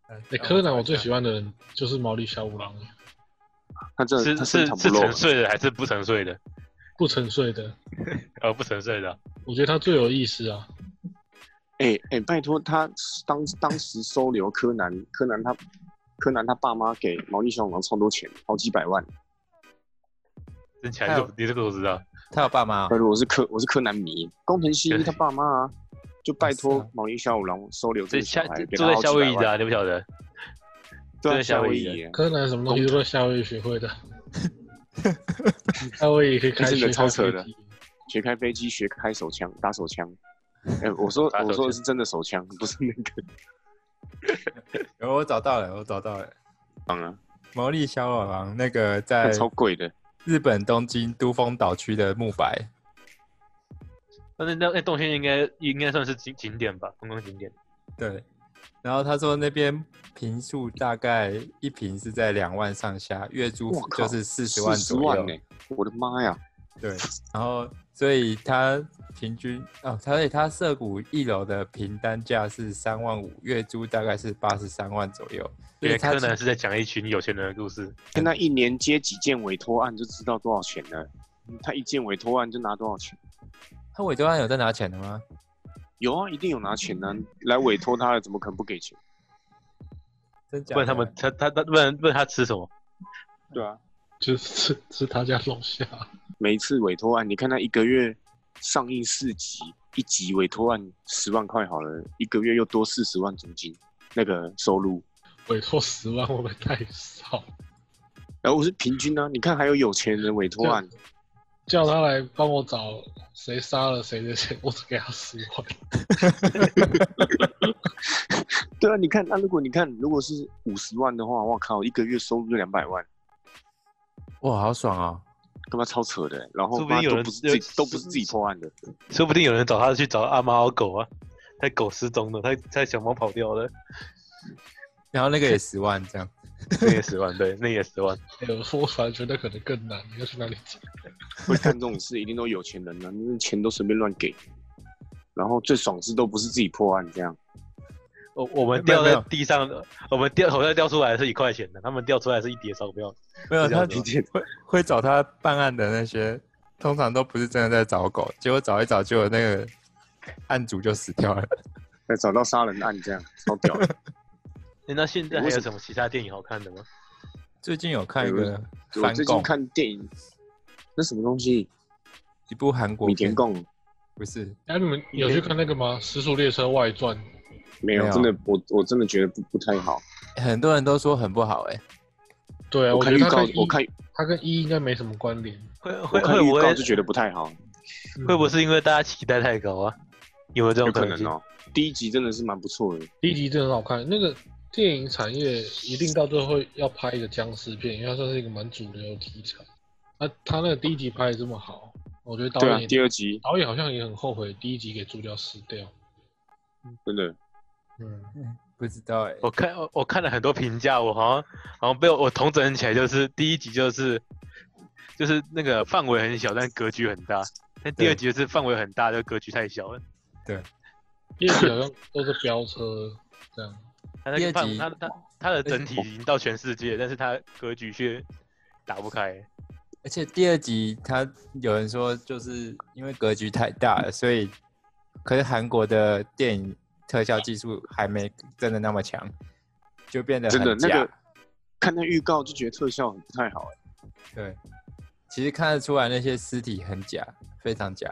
S3: 哎
S1: 哎，柯南我最喜欢的人就是毛利小五郎，欸
S2: 他真的
S4: 是
S2: 他
S4: 是
S2: 深藏不
S4: 是
S2: 露
S4: 沉，睡的还是不沉睡的？
S1: 不沉睡的，
S4: 呃，不沉睡的啊，
S1: 我觉得他最有意思啊。
S2: 哎哎、拜托，他当当时收留柯南，柯南他柯南他爸妈给毛利小五郎超多钱，好几百万。
S4: 真强！
S3: 还
S4: 你
S3: 有
S4: 这你这个我知道，
S3: 他有爸妈、哦
S2: 但，是我是柯我是柯南迷，工藤新一
S4: 对
S2: 他爸妈啊，就拜
S3: 是
S2: 托
S3: 啊
S2: 毛利小五郎收留这
S4: 这
S2: 个小
S4: 夏
S2: 孩，给
S4: 住
S2: 他
S4: 在
S2: 好
S4: 夏
S2: 几
S4: 威
S2: 百
S4: 夷的
S2: 万。
S4: 啊，你不晓得？
S2: 对啊，
S4: 在夏
S2: 夏
S4: 威
S2: 威
S4: 夷的
S2: 夷，
S1: 柯南什么东西都在夏威夷学 会的，夏威夷可以开
S2: 真的
S1: 学
S2: 超
S1: 开飞
S2: 扯的
S1: 机，
S2: 学开飞机，学开手枪，打手枪。哎、我说
S4: 打手
S2: 我说的
S4: 枪
S2: 是真的手枪，不是那个。
S3: 有我找到了，我找到了。
S2: 当然，
S3: 毛利小五郎那个
S2: 那
S4: 哎
S3: 在
S2: 超贵的。
S3: 日本东京都丰岛区的木白，
S4: 那那那那动线应该应该算是景景点吧，观光景点。
S3: 对。然后他说那边平数大概一平是在两万上下，月租
S2: 我靠
S3: 就是四十万
S2: 十
S3: 左右
S2: 万。呢、我的妈呀！
S3: 对， 然后所以他平均哦，所以他涩谷一楼的平单价是三万五，月租大概是八十三万左右。所
S4: 因
S3: 以
S4: 为
S3: 他
S4: 柯南是在讲一群有钱人的故事，
S2: 跟他一年接几件委托案就知道多少钱了。他一件委托案就拿多少钱？
S3: 他委托案有在拿钱的吗？
S2: 有啊，一定有拿钱呢、来委托他的，怎么可能不给钱？
S3: 真假的？
S4: 不然他们他他他不然不然他吃什么？
S2: 对啊，
S1: 就是 吃吃他家龙虾。
S2: 每一次委托案，你看他一个月上映四集，一集委托案十万块好了，一个月又多四十万租金那个收入。
S1: 委托十万会不会太少？
S2: 然后我是平均呢、啊你看还有有钱人委托
S4: 啊
S2: 案，
S1: 叫他来帮我找谁杀了谁谁谁，我只给他十万。
S2: 对啊，你看那、如果你看如果是五十万的话，我靠，一个月收入就两百万，
S3: 哇，好爽哦！
S2: 干嘛超扯的、欸然后
S4: 说不定
S2: 妈
S4: 有
S2: 都
S4: 人
S2: 不是自己
S4: 有
S2: 都不是自己破案的，
S4: 说不定有人找他去找阿猫狗啊，他狗失踪了，他他小猫跑 掉了，
S3: 然后那个也十万这样，
S4: 那也十万，对，那也十万。
S1: 哎呦，我反而觉得可能更难，你要去哪里找？
S2: 会干这种事一定都有钱人啊，因为钱都随便乱给，然后最爽是都不是自己破案这样。
S4: 我我们
S3: 没有
S4: 掉
S3: 没
S4: 在
S3: 有
S4: 地上，我们掉口袋掉出来是一块钱的，他们掉出来是一叠钞票。
S3: 没有
S4: 是这样
S3: 他
S4: 子
S3: 直接会会找他办案的那些，通常都不是真的在找狗，结果找一找，结果那个案主就死掉了。
S2: 再找到杀人案这样，超屌的。
S4: 诶那现在
S2: 为
S4: 还有
S2: 什
S4: 什么其他电影好看的吗？
S3: 最近有看一
S2: 对
S3: 个
S2: 我
S3: 翻
S2: 最近
S3: 供，
S2: 看电影，那什么东西？
S3: 一部韩国
S2: 米田
S3: 片，
S2: 共
S3: 不是
S1: 哎，你们有去看那个吗？《时速列车外传》
S2: 没有
S3: 没，有
S2: 真的，我我真的觉得不不太好。
S3: 很多人都说很不好哎、
S1: 对啊，
S2: 我
S1: 我
S2: 看
S1: 觉
S2: 预
S1: 得它
S2: 告
S1: 跟，一
S2: 我看
S1: 它跟一应该没什么关联。
S4: 会
S2: 我
S4: 会
S2: 看
S4: 会
S2: 预
S4: 不
S2: 告
S4: 会
S2: 就觉得不太好，
S1: 嗯
S4: 会不会是因为大家期待太高啊？有没有这
S2: 有
S4: 种
S2: 可能
S4: 能性？
S2: 哦。第一集真的是蛮不错的，
S1: 第一集真的很好看，那个电影产业一定到最后会要拍一个僵尸片，因为它算是一个蛮主流的题材。那、他那个第一集拍的这么好，我觉得导
S2: 对啊
S1: 演也、，
S2: 第二集
S1: 导演好像也很后悔第一集给主角死掉。
S2: 真的
S1: 嗯，
S3: 不知道哎、
S4: 我看我我看了很多评价，我好像好像被我我统整起来，就是第一集就是就是那个范围很小，但格局很大；但第
S3: 对
S4: 二集就是范围很大，就格局太小了。
S1: 第二集好像都是飙车这样。
S4: 他那
S3: 第
S4: 个
S3: 二
S4: 范
S3: 集
S4: 他他他的整体
S2: 嗯
S4: 已经到全世界，但是他格局却打不开。
S3: 而且第二集他有人说，就是因为格局太大了，所以可是韩国的电影特效技术还没真的那么强，就变得
S2: 真的
S3: 很
S2: 那
S3: 假。
S2: 个看那预告就觉得特效很不太好，欸
S3: 对，其实看得出来那些尸体很假，非常假。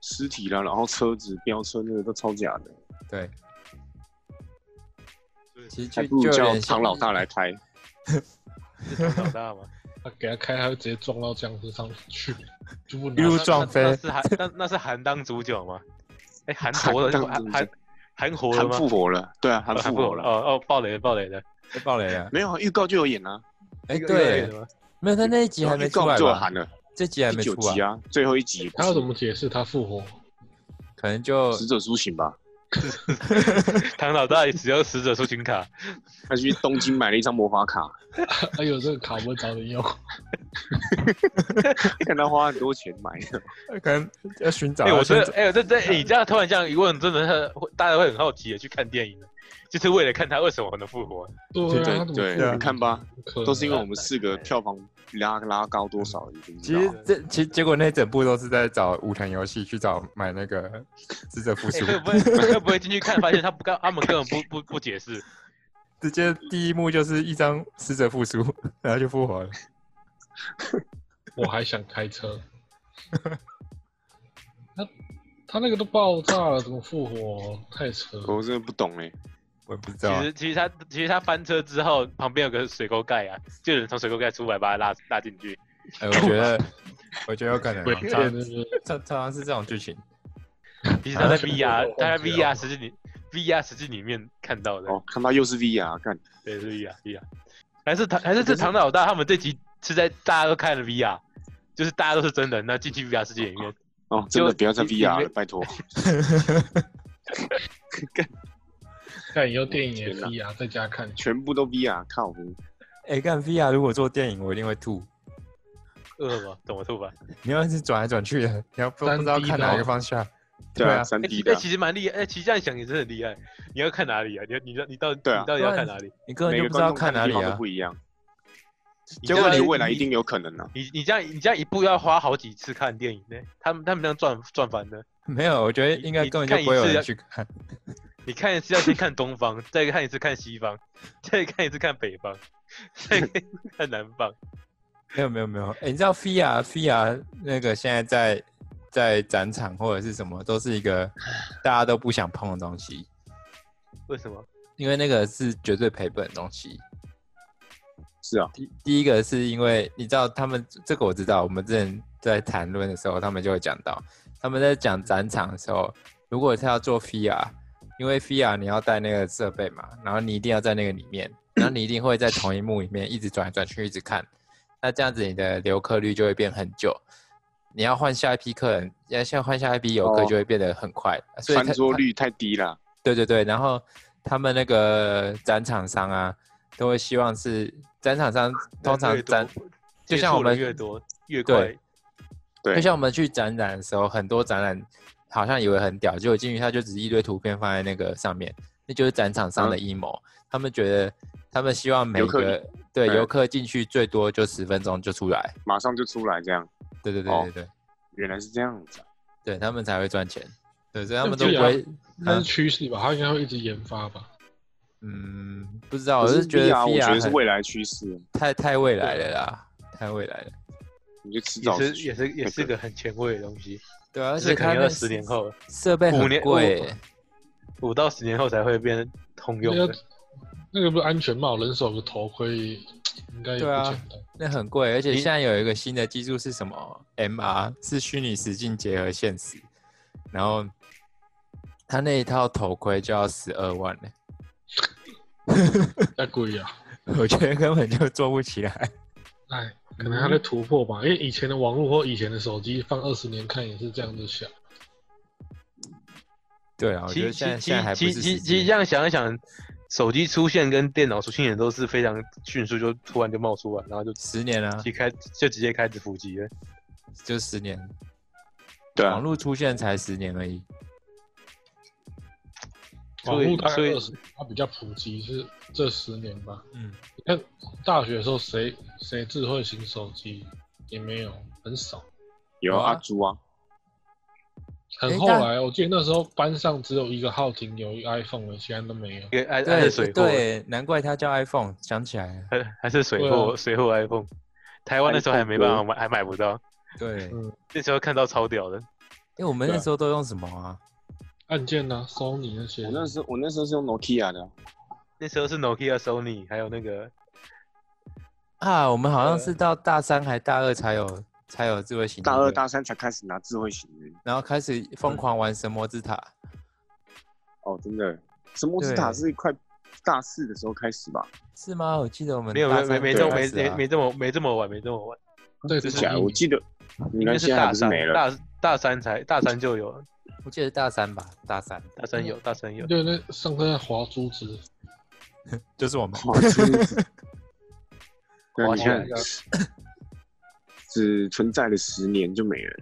S2: 尸体啦，然后车子飙车那个都超假的，
S3: 对
S4: 对，
S3: 其实就
S2: 还不如
S3: 就有
S2: 叫
S3: 点像
S2: 唐老大来拍。
S4: 是唐老大吗？
S1: 他给他开，他会直接撞到僵尸上面去，就不
S3: 一
S1: 拿
S3: 路
S4: 那
S3: 撞
S4: 那
S3: 飞
S4: 那是韩那那是韩当主角吗？哎，韩国的
S2: 韩当
S4: 韩
S2: 主角
S4: 韩韩国的
S2: 韩
S4: 吗？
S2: 复活了，对啊，韩
S4: 哦
S2: 复活了。
S4: 哦哦，爆雷了爆雷了！
S3: 被爆雷了。
S2: 没有啊，预告就有演啊，
S3: 哎，
S4: 一个一个
S3: 对
S4: 雷，的吗
S3: 没有他那一集还
S2: 预
S3: 没出
S2: 告
S3: 来
S2: 就有
S3: 吧
S2: 喊？了，
S3: 这集还
S2: 第
S3: 没
S2: 九
S3: 出
S2: 集
S3: 啊，
S2: 啊，最后一集
S1: 他要怎么解释他复活？
S3: 可能就
S2: 死者苏醒吧？
S4: 唐老大只要死者出勤卡，
S2: 他去东京买了一张魔法卡，
S1: 哎呦，这个卡我会找你用。
S2: 看他花很多钱买的。
S3: 哎可能要寻找啊
S4: 哎、我
S3: 要
S4: 真
S3: 寻
S4: 的
S3: 找。，
S4: 哎、我这这，你这样突然这样一问，真的是会大家会很好奇的去看电影的，就是为了看他为什么能复活。哎
S1: 对啊，他
S2: 对
S1: 怎么
S2: 对
S1: 复
S3: 对
S1: 活
S3: 啊
S2: 你看吧，
S1: 可能
S2: 都是因为我们四个票房拉拉高多少，你知不
S3: 其
S2: 知道
S3: 实这其实结果那整部都是在找武藤游戏去找买那个死者复
S4: 哎、
S3: 苏，
S4: 会不会会不会进去看，发现他不干，他们根本不不不解释，
S3: 直接第一幕就是一张死者复苏， 然后就复活了。
S1: 我还想开车。他他那个都爆炸了，怎么复活？太扯了！
S2: 我真的不懂哎，
S3: 我也不知道
S4: 其
S3: 啊，
S4: 实其实他其实他翻车之后，旁边有个水沟盖啊，就有人从水沟盖出来把他拉拉进去。
S3: 哎，我觉得我觉得有可能哦，
S1: 鬼
S3: 常
S1: 片
S3: 常
S1: 是不是？
S3: 常常常是这种剧情。
S4: 其实他在
S1: 啊
S4: VR，他在
S1: 忘记了
S4: VR 实际里 VR 实际里面看到的，
S2: 哦，看他又是 VR，看
S4: 对，是 VR VR，还是唐还是这唐老大他们这集是在大家都看了 VR，就是大家都是真人，那进去 VR 世界里面。
S2: 哦，真的
S4: 就
S2: 不要再
S4: 你你
S2: VR
S4: 没
S2: 了，拜托。
S1: 看以后电影也
S2: 天哪
S1: VR 在家看，
S2: 全部都 VR，靠！
S3: 哎，干 VR 如果做电影，我一定会吐。
S4: 饿吗？怎么吐吧？
S3: 你要一直转来转去的，你要不不
S1: 三
S3: 知道
S1: D
S3: 看
S1: 的
S3: 哪
S1: 哦
S3: 个方向。
S2: 对
S3: 对
S2: 啊，
S3: 啊
S2: 三
S4: 哎、
S2: D
S4: 其
S2: 的
S4: 哎
S2: 啊，
S4: 其实蛮厉害。哎、其实这样想也是很厉害。你要看哪里啊？你要你要你到
S2: 对啊
S4: 你到底要看哪里？
S3: 你根本
S2: 每
S3: 就
S2: 个
S3: 不知道
S2: 观众
S3: 看
S2: 看的
S3: 哪
S2: 地
S3: 里
S2: 方都
S3: 啊
S2: 不。一样。
S4: 你
S3: 结
S4: 这
S3: 果
S2: 但
S4: 样
S2: 你
S3: 你
S2: 未来一定有可能啊，
S4: 你你这样你这样一步要花好几次看电影呢、他们他们这样赚赚翻的。
S3: 没有，我觉得应该
S4: 你
S3: 根本就
S4: 看
S3: 不会
S4: 一
S3: 有
S4: 次
S3: 人
S4: 要
S3: 去看。
S4: 你看一次要先看 东方，再看一次看西方，再看一次看北方，再看一次看南方。
S3: 没有没有没有，哎、你知道 VR VR 那个现在在在展场或者是什么，都是一个大家都不想碰的东西，
S4: 为什么？
S3: 因为那个是绝对赔本的东西。
S2: 是啊，
S3: 第第一个是因为你知道他们这个我知道，我们之前在谈论的时候，他们就会讲到，他们在讲展场的时候，如果他要做 VR，因为 VR 你要带那个设备嘛，然后你一定要在那个里面，然后你一定会在同一幕里面一直转来转去，一直看，那这样子你的留客率就会变很久。你要换下一批客人，要先换下一批游客，
S2: 哦
S3: 就会变得很快，所以
S2: 翻
S3: 他
S2: 桌率太低了，
S3: 对对对，然后他们那个展场商啊，都会希望是展场商通
S4: 人
S3: 常
S4: 越多
S3: 展，就像我
S4: 接触人
S3: 们
S4: 越多越快
S3: 对，
S2: 对
S3: 就像我们去展览的时候，很多展览好像以为很屌，结果进去它就只是一堆图片放在那个上面，那就是展场上的
S2: 嗯
S3: 阴谋。他们觉得，他们希望每
S2: 游客
S3: 个对
S2: 对
S3: 游客进去最多就十分钟就出来，
S2: 马上就出来这样，
S3: 对对对
S2: 哦
S3: 对对，
S2: 原来是这样子啊、
S3: 对他们才会赚钱。对，所以他
S1: 那
S3: 们都
S1: 既
S3: 不
S1: 然
S3: 会，
S1: 那是趋势吧？它应该会一直研发吧？
S3: 嗯，不知道，我
S2: 可
S3: 是觉得
S2: VR 我觉
S3: VR
S2: 得是
S3: 很
S2: 未来趋势，啊
S3: 太太未来了啦，太未来了。
S2: 你就迟
S4: 也
S2: 早
S4: 是也是也是
S2: 那
S4: 个很前卫的东西，
S3: 对啊，而
S4: 而
S3: 且
S4: 且可能
S3: 他
S4: 要
S3: 们
S4: 十年后，
S3: 设备
S4: 五
S3: 很
S4: 年
S3: 贵
S4: 五
S3: 欸，
S4: 五到十年后才会变通用
S1: 那
S4: 的
S1: 个。那个不是安全帽，人手个头盔，应该也不
S3: 对啊
S1: 简单。
S3: 那很贵，而且
S4: 你
S3: 现在有一个新的技术是什么？MR 是虚拟实境结合现实，然后他那一套头盔就要十二万呢、
S1: 太贵啊！
S3: 我觉得根本就做不起来。
S1: 哎，可能
S4: 嗯
S1: 它在突破吧，因为以前的网络或以前的手机放二十年看也是这样子想。
S3: 对啊，我觉
S4: 其
S3: 得现
S4: 其
S3: 在现在
S4: 其
S3: 还不
S4: 其
S3: 是
S4: 其
S3: 时
S4: 其实这
S3: 机。
S4: 样想一想，手机出现跟电脑出现也都是非常迅速，就突然就冒出来，然后就
S3: 十年啊，
S4: 一开就直接开始普及了。
S3: 就十年，
S2: 对
S3: 网
S2: 啊，
S3: 络出现才十年而已。
S1: 网
S4: 所以
S1: 络大概
S4: 所以
S1: 二十，它比较普及是这十年吧。
S3: 嗯，
S1: 你看大学的时候谁谁智慧型手机也没有，很少。
S2: 有
S3: 有啊
S2: 阿朱啊，
S1: 很
S3: 诶
S1: 后
S3: 但
S1: 来，我记得那时候班上只有一个浩廷有一个 iPhone 了，其他都没有。
S4: 一个爱爱
S3: 对
S4: 是水货，
S3: 对，啊难怪它叫 iPhone，想起来了。
S4: 还还是水
S1: 对
S4: 货水货 iPhone。台湾那时候还没办法
S2: iPhone
S4: 买，还买不到，
S3: 对，因
S1: 嗯，
S4: 那时候看到超屌的。
S3: 为我们
S2: 对
S3: 那时候都用什么啊？
S1: 按键呢、s o n y 那些
S2: 我，那时候我那时候是用 Nokia 的啊，
S4: 那时候是 Nokia、Sony，还有那个
S3: 啊，我们好像是到大三还大二才有才有智慧型的，
S2: 大嗯二大三才开始拿智慧型的。
S3: 然后开始疯狂玩神魔之塔，
S2: 哦，真的，神魔之塔
S3: 对
S2: 是快大四的时候开始吧？
S3: 是吗？我记得我们
S4: 没有没
S3: 大
S4: 有没
S3: 三
S4: 没
S3: 就
S4: 这么
S3: 开
S4: 没
S3: 始
S4: 没
S3: 啊
S4: 没这么没这么晚，没这么晚，
S1: 对，
S4: 就是
S2: 假的，我记得，你
S4: 应该
S2: 看
S4: 是
S2: 现在
S3: 啊
S4: 大
S2: 不是
S4: 三
S2: 没了？
S4: 大大三才大三就有，
S3: 我记得大三吧，大三
S4: 大三有大三有。
S1: 对，那上课在划珠子，
S3: 就是我们
S2: 哇，真的是对，
S4: 哇
S2: 你
S4: 现
S2: 看
S4: 在，
S2: 只存在了十年就没了。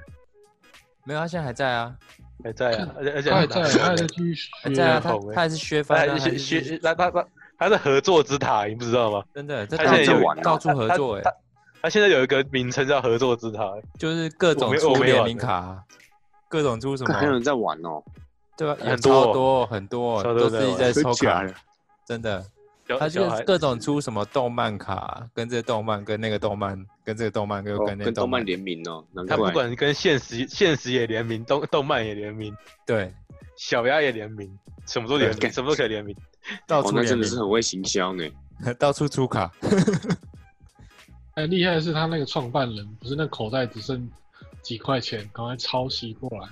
S3: 没有，他现在还在啊，
S4: 还在啊，而且而且
S1: 他还
S4: 很
S1: 在，
S4: 难
S1: 他还在继续
S3: 还
S1: 学
S3: 在啊，
S1: 啊。
S3: 他
S4: 很红欸
S3: 他还是削
S4: 他
S3: 翻啊，
S4: 还是
S3: 学
S4: 学他他他他是合作之塔，你不知道吗？
S3: 真的，这
S4: 他
S3: 到
S4: 现在有
S3: 处
S2: 玩啊
S3: 到处合作哎
S4: 他，他现在有一个名称叫合作之塔，
S3: 就是各
S4: 我
S3: 种
S4: 没
S3: 出
S4: 我没
S3: 联
S4: 玩
S3: 名
S4: 的
S3: 卡啊，各种出什
S2: 看还有
S3: 么
S2: 人在玩哦，
S3: 对吧？有
S4: 很多
S3: 超
S4: 哦
S3: 多很多，
S4: 超
S3: 都
S4: 多在
S3: 自己在
S4: 玩
S2: 真
S3: 抽
S2: 假
S3: 卡
S2: 的，？
S3: 真的。
S4: 小
S3: 他
S4: 小
S3: 就
S4: 孩
S3: 是各种出什么动漫卡，啊跟这个动漫，跟那个动漫，跟这个动漫，跟
S2: 哦
S3: 跟那个
S2: 跟动
S3: 漫
S2: 漫，联名哦，难
S4: 他不
S2: 怪。
S4: 管跟现实现实也联名，动动漫也联名，
S3: 对，
S4: 小鸭也联名，什么都联名，
S2: 对
S4: 什么都可以联名。
S3: 到
S2: 哦
S3: 处，
S2: 那
S3: 联
S2: 真的
S3: 名
S2: 是，很会行销呢。
S3: 到处出卡，
S1: 哎，厉害的是他那个创办人，不是那口袋只剩几块钱，赶快抄袭过来，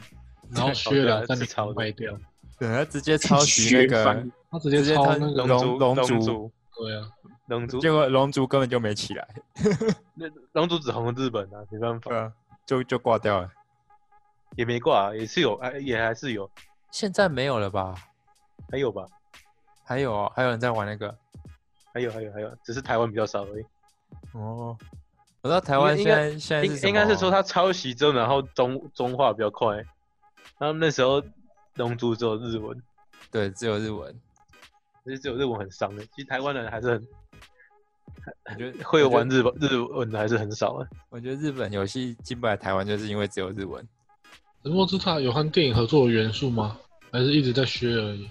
S1: 然后削两三
S4: 是
S1: 你
S4: 抄的
S1: 卖 掉。
S3: 对，他直接 抄袭那
S2: 学
S3: 个
S2: 翻，
S1: 他直
S3: 直
S1: 接
S3: 接
S1: 抄
S3: 他
S1: 那个
S3: 龙，
S4: 龙
S3: 龙
S4: 龙
S3: 族
S4: 族
S1: 对啊，
S4: 龙族
S3: 结果龙族根本就没起来，
S4: 那龙族只红日本啊，没办法，
S3: 对啊，就就挂掉了。
S4: 也没挂啊，也是有，哎，也还是有，
S3: 现在没有了吧？
S4: 还有吧，
S3: 还有哦，还有人在玩那个
S4: 还有还有还有，只是台湾比较少而已。
S3: 哦，我知道台湾
S4: 应
S3: 现
S4: 该
S3: 在现在是
S4: 应
S3: 什
S4: 应该是
S3: 么
S4: 说他抄袭之后，然后中中化比较快，然后那时候龙族只有日文，
S3: 对只有日文，
S4: 其实只有日文很伤欸的。其实台湾人还是很
S3: 我觉得
S4: 会玩
S3: 日，
S4: 日本日文的还是很少啊的。
S3: 我觉得日本游戏进不来台湾，就是因为只有日文。
S1: 人魔之塔有和电影合作的元素吗？还是一直在削而已？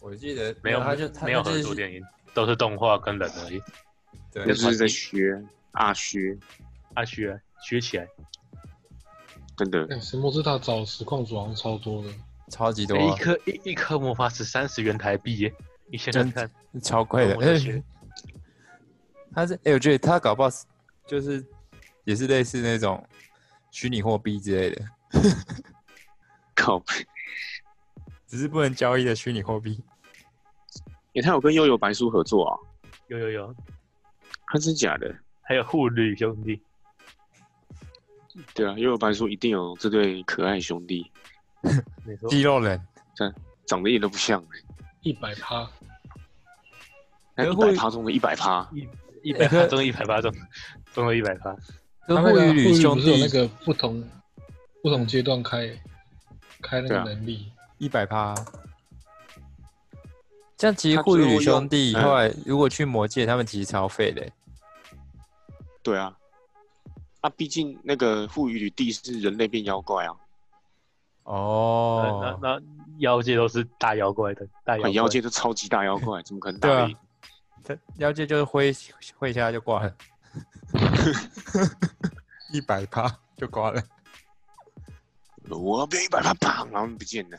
S3: 我记得
S4: 没有
S3: 啊他就他
S4: 没有
S3: 他就
S4: 合
S3: 是
S4: 作电影，都是动画跟人而已。
S3: 对
S2: 那就是在学啊学，
S4: 啊，学学起来，
S2: 真的。
S1: 哎，神魔之塔找实况组好像超多的，
S3: 超级多
S4: 每
S3: 啊、
S4: 欸一颗一一颗魔法石三十元台币耶！你想想
S3: 真
S4: 看，
S3: 超贵的。
S4: 我的天
S3: 他是哎、欸我觉得他搞不好是就是也是类似那种虚拟货币之类的，
S2: 靠，
S3: 只是不能交易的虚拟货币。
S2: 也他有跟悠悠白书合作啊？
S4: 有有有，
S2: 他真假的？
S4: 还有护旅兄弟，
S2: 对啊，悠悠白书一定有这对可爱兄弟，
S4: 没错，
S3: 肌肉人，
S2: 长得一点都不像。
S1: 一百趴。
S2: 那一
S3: 可是会
S2: 百趴中的一百趴，
S4: 一百
S3: 可
S4: 中一百八中，中了一百八，
S1: 他
S3: 跟
S1: 那
S3: 护
S1: 个
S3: 宇
S1: 护宇
S3: 兄
S1: 不是有
S3: 弟
S1: 那个不同不同阶段开开那
S2: 对啊
S1: 个能力，
S3: 一百趴。这样其实
S2: 他
S3: 护
S2: 最后
S3: 宇
S2: 用
S3: 兄弟
S2: 嗯
S3: 后来如果去魔界，他们其实超废的欸、
S2: 对啊，啊，毕竟那个护宇履地是人类变妖怪啊，
S3: 哦
S4: 那，那那妖界都是大妖怪的，大妖
S2: 啊
S3: 哦
S4: 怪
S2: 妖界都超级大妖怪，怎么可能
S3: 对
S2: 打
S3: 啊
S2: 得赢？
S3: 他妖界就是挥挥一下 就挂了，一百趴就挂了。
S2: 我要变一百八棒，然后不见了，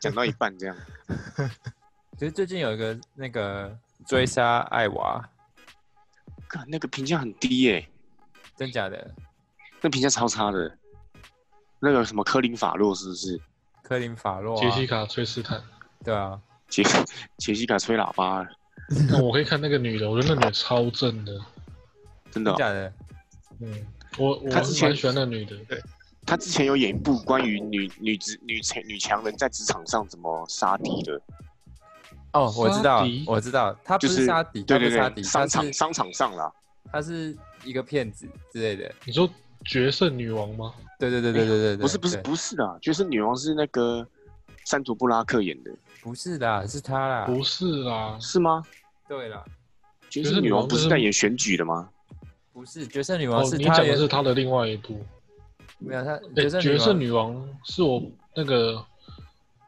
S2: 讲到一半这样，
S3: 可是最近有一个那个追杀艾娃，
S2: 看那个评价很低耶、
S3: 真假的？
S2: 那评价超差的。那个什么科林法洛是不是？
S3: 科林法洛、
S1: 杰西
S3: 啊，
S1: 卡崔斯坦。
S3: 对啊，
S2: 杰杰西卡吹喇叭了，
S1: 那我可以看那个女的，我觉得那女的超正的。
S2: 真的哦、
S3: 真假的？
S1: 嗯，我我
S2: 她之
S1: 是
S2: 前
S1: 蛮喜欢那女的。
S2: 他之前有演一部关于女女职女强女强人在职场上怎么杀敌的，
S3: 哦，我知道
S1: 杀敌，
S3: 我知道，他不
S2: 就是
S3: 杀敌，
S2: 对
S3: 他
S2: 对
S3: 不是杀
S2: 对，
S3: 敌，他
S2: 商场
S3: 是
S2: 商场上啦，
S3: 他是一个骗子之类的。
S1: 你说决胜女王吗？
S3: 对对对对对对对，
S2: 不是不是
S3: 对
S2: 不是啊，就是女王是那个山卓布拉克演的，
S3: 不是啦，是他啦，
S1: 不是啦，
S2: 是吗？
S3: 对啦，
S2: 就
S1: 就是是
S2: 女
S1: 女
S2: 王
S1: 王
S2: 不
S1: 就是是
S2: 在演选举的吗？
S3: 不是决胜女王
S1: 哦，
S3: 是
S1: 你
S3: 他
S1: 讲
S3: 也
S1: 的是她的另外一部。
S3: 没有他
S1: 哎
S3: 决，胜
S1: 决胜
S3: 女
S1: 女王是我那个